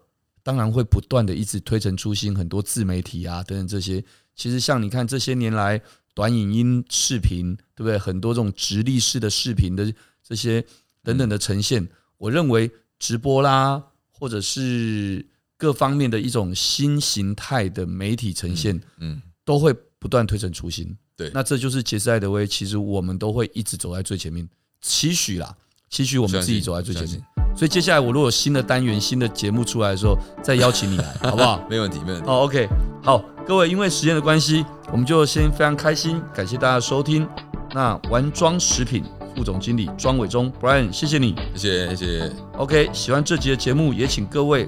Speaker 2: 当然会不断的一直推陈出新，很多自媒体啊等等这些。其实像你看这些年来，短影音视频，对不对？很多这种直立式的视频的这些等等的呈现，我认为直播啦，或者是各方面的一种新形态的媒体呈现，
Speaker 3: 嗯，
Speaker 2: 都会不断推陈出新。
Speaker 3: 对
Speaker 2: 那这就是杰斯艾德威，其实我们都会一直走在最前面，期许啦，期许我
Speaker 3: 我
Speaker 2: 们自己走在最前面
Speaker 3: 面。，
Speaker 2: 所以接下来我如果有新的单元、新的节目出来的时候，再邀请你 来，好不好？
Speaker 3: 没问题，没问题。
Speaker 2: 哦，OK，好，各位，因为时间的关系，我们就先非常开心，感谢大家的收听。那玩庄食品副总经理庄伟忠 Brian，谢谢你。
Speaker 3: 谢谢谢谢，
Speaker 2: OK，喜欢这集的节目，也请各位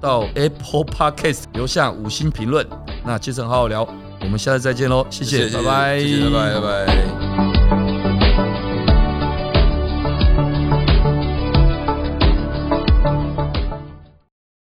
Speaker 2: 到 Apple Podcast 留下五星评论。那杰森好好聊，我们下次再见喽，谢
Speaker 3: 谢谢
Speaker 2: 拜拜，
Speaker 3: 谢谢拜拜拜拜。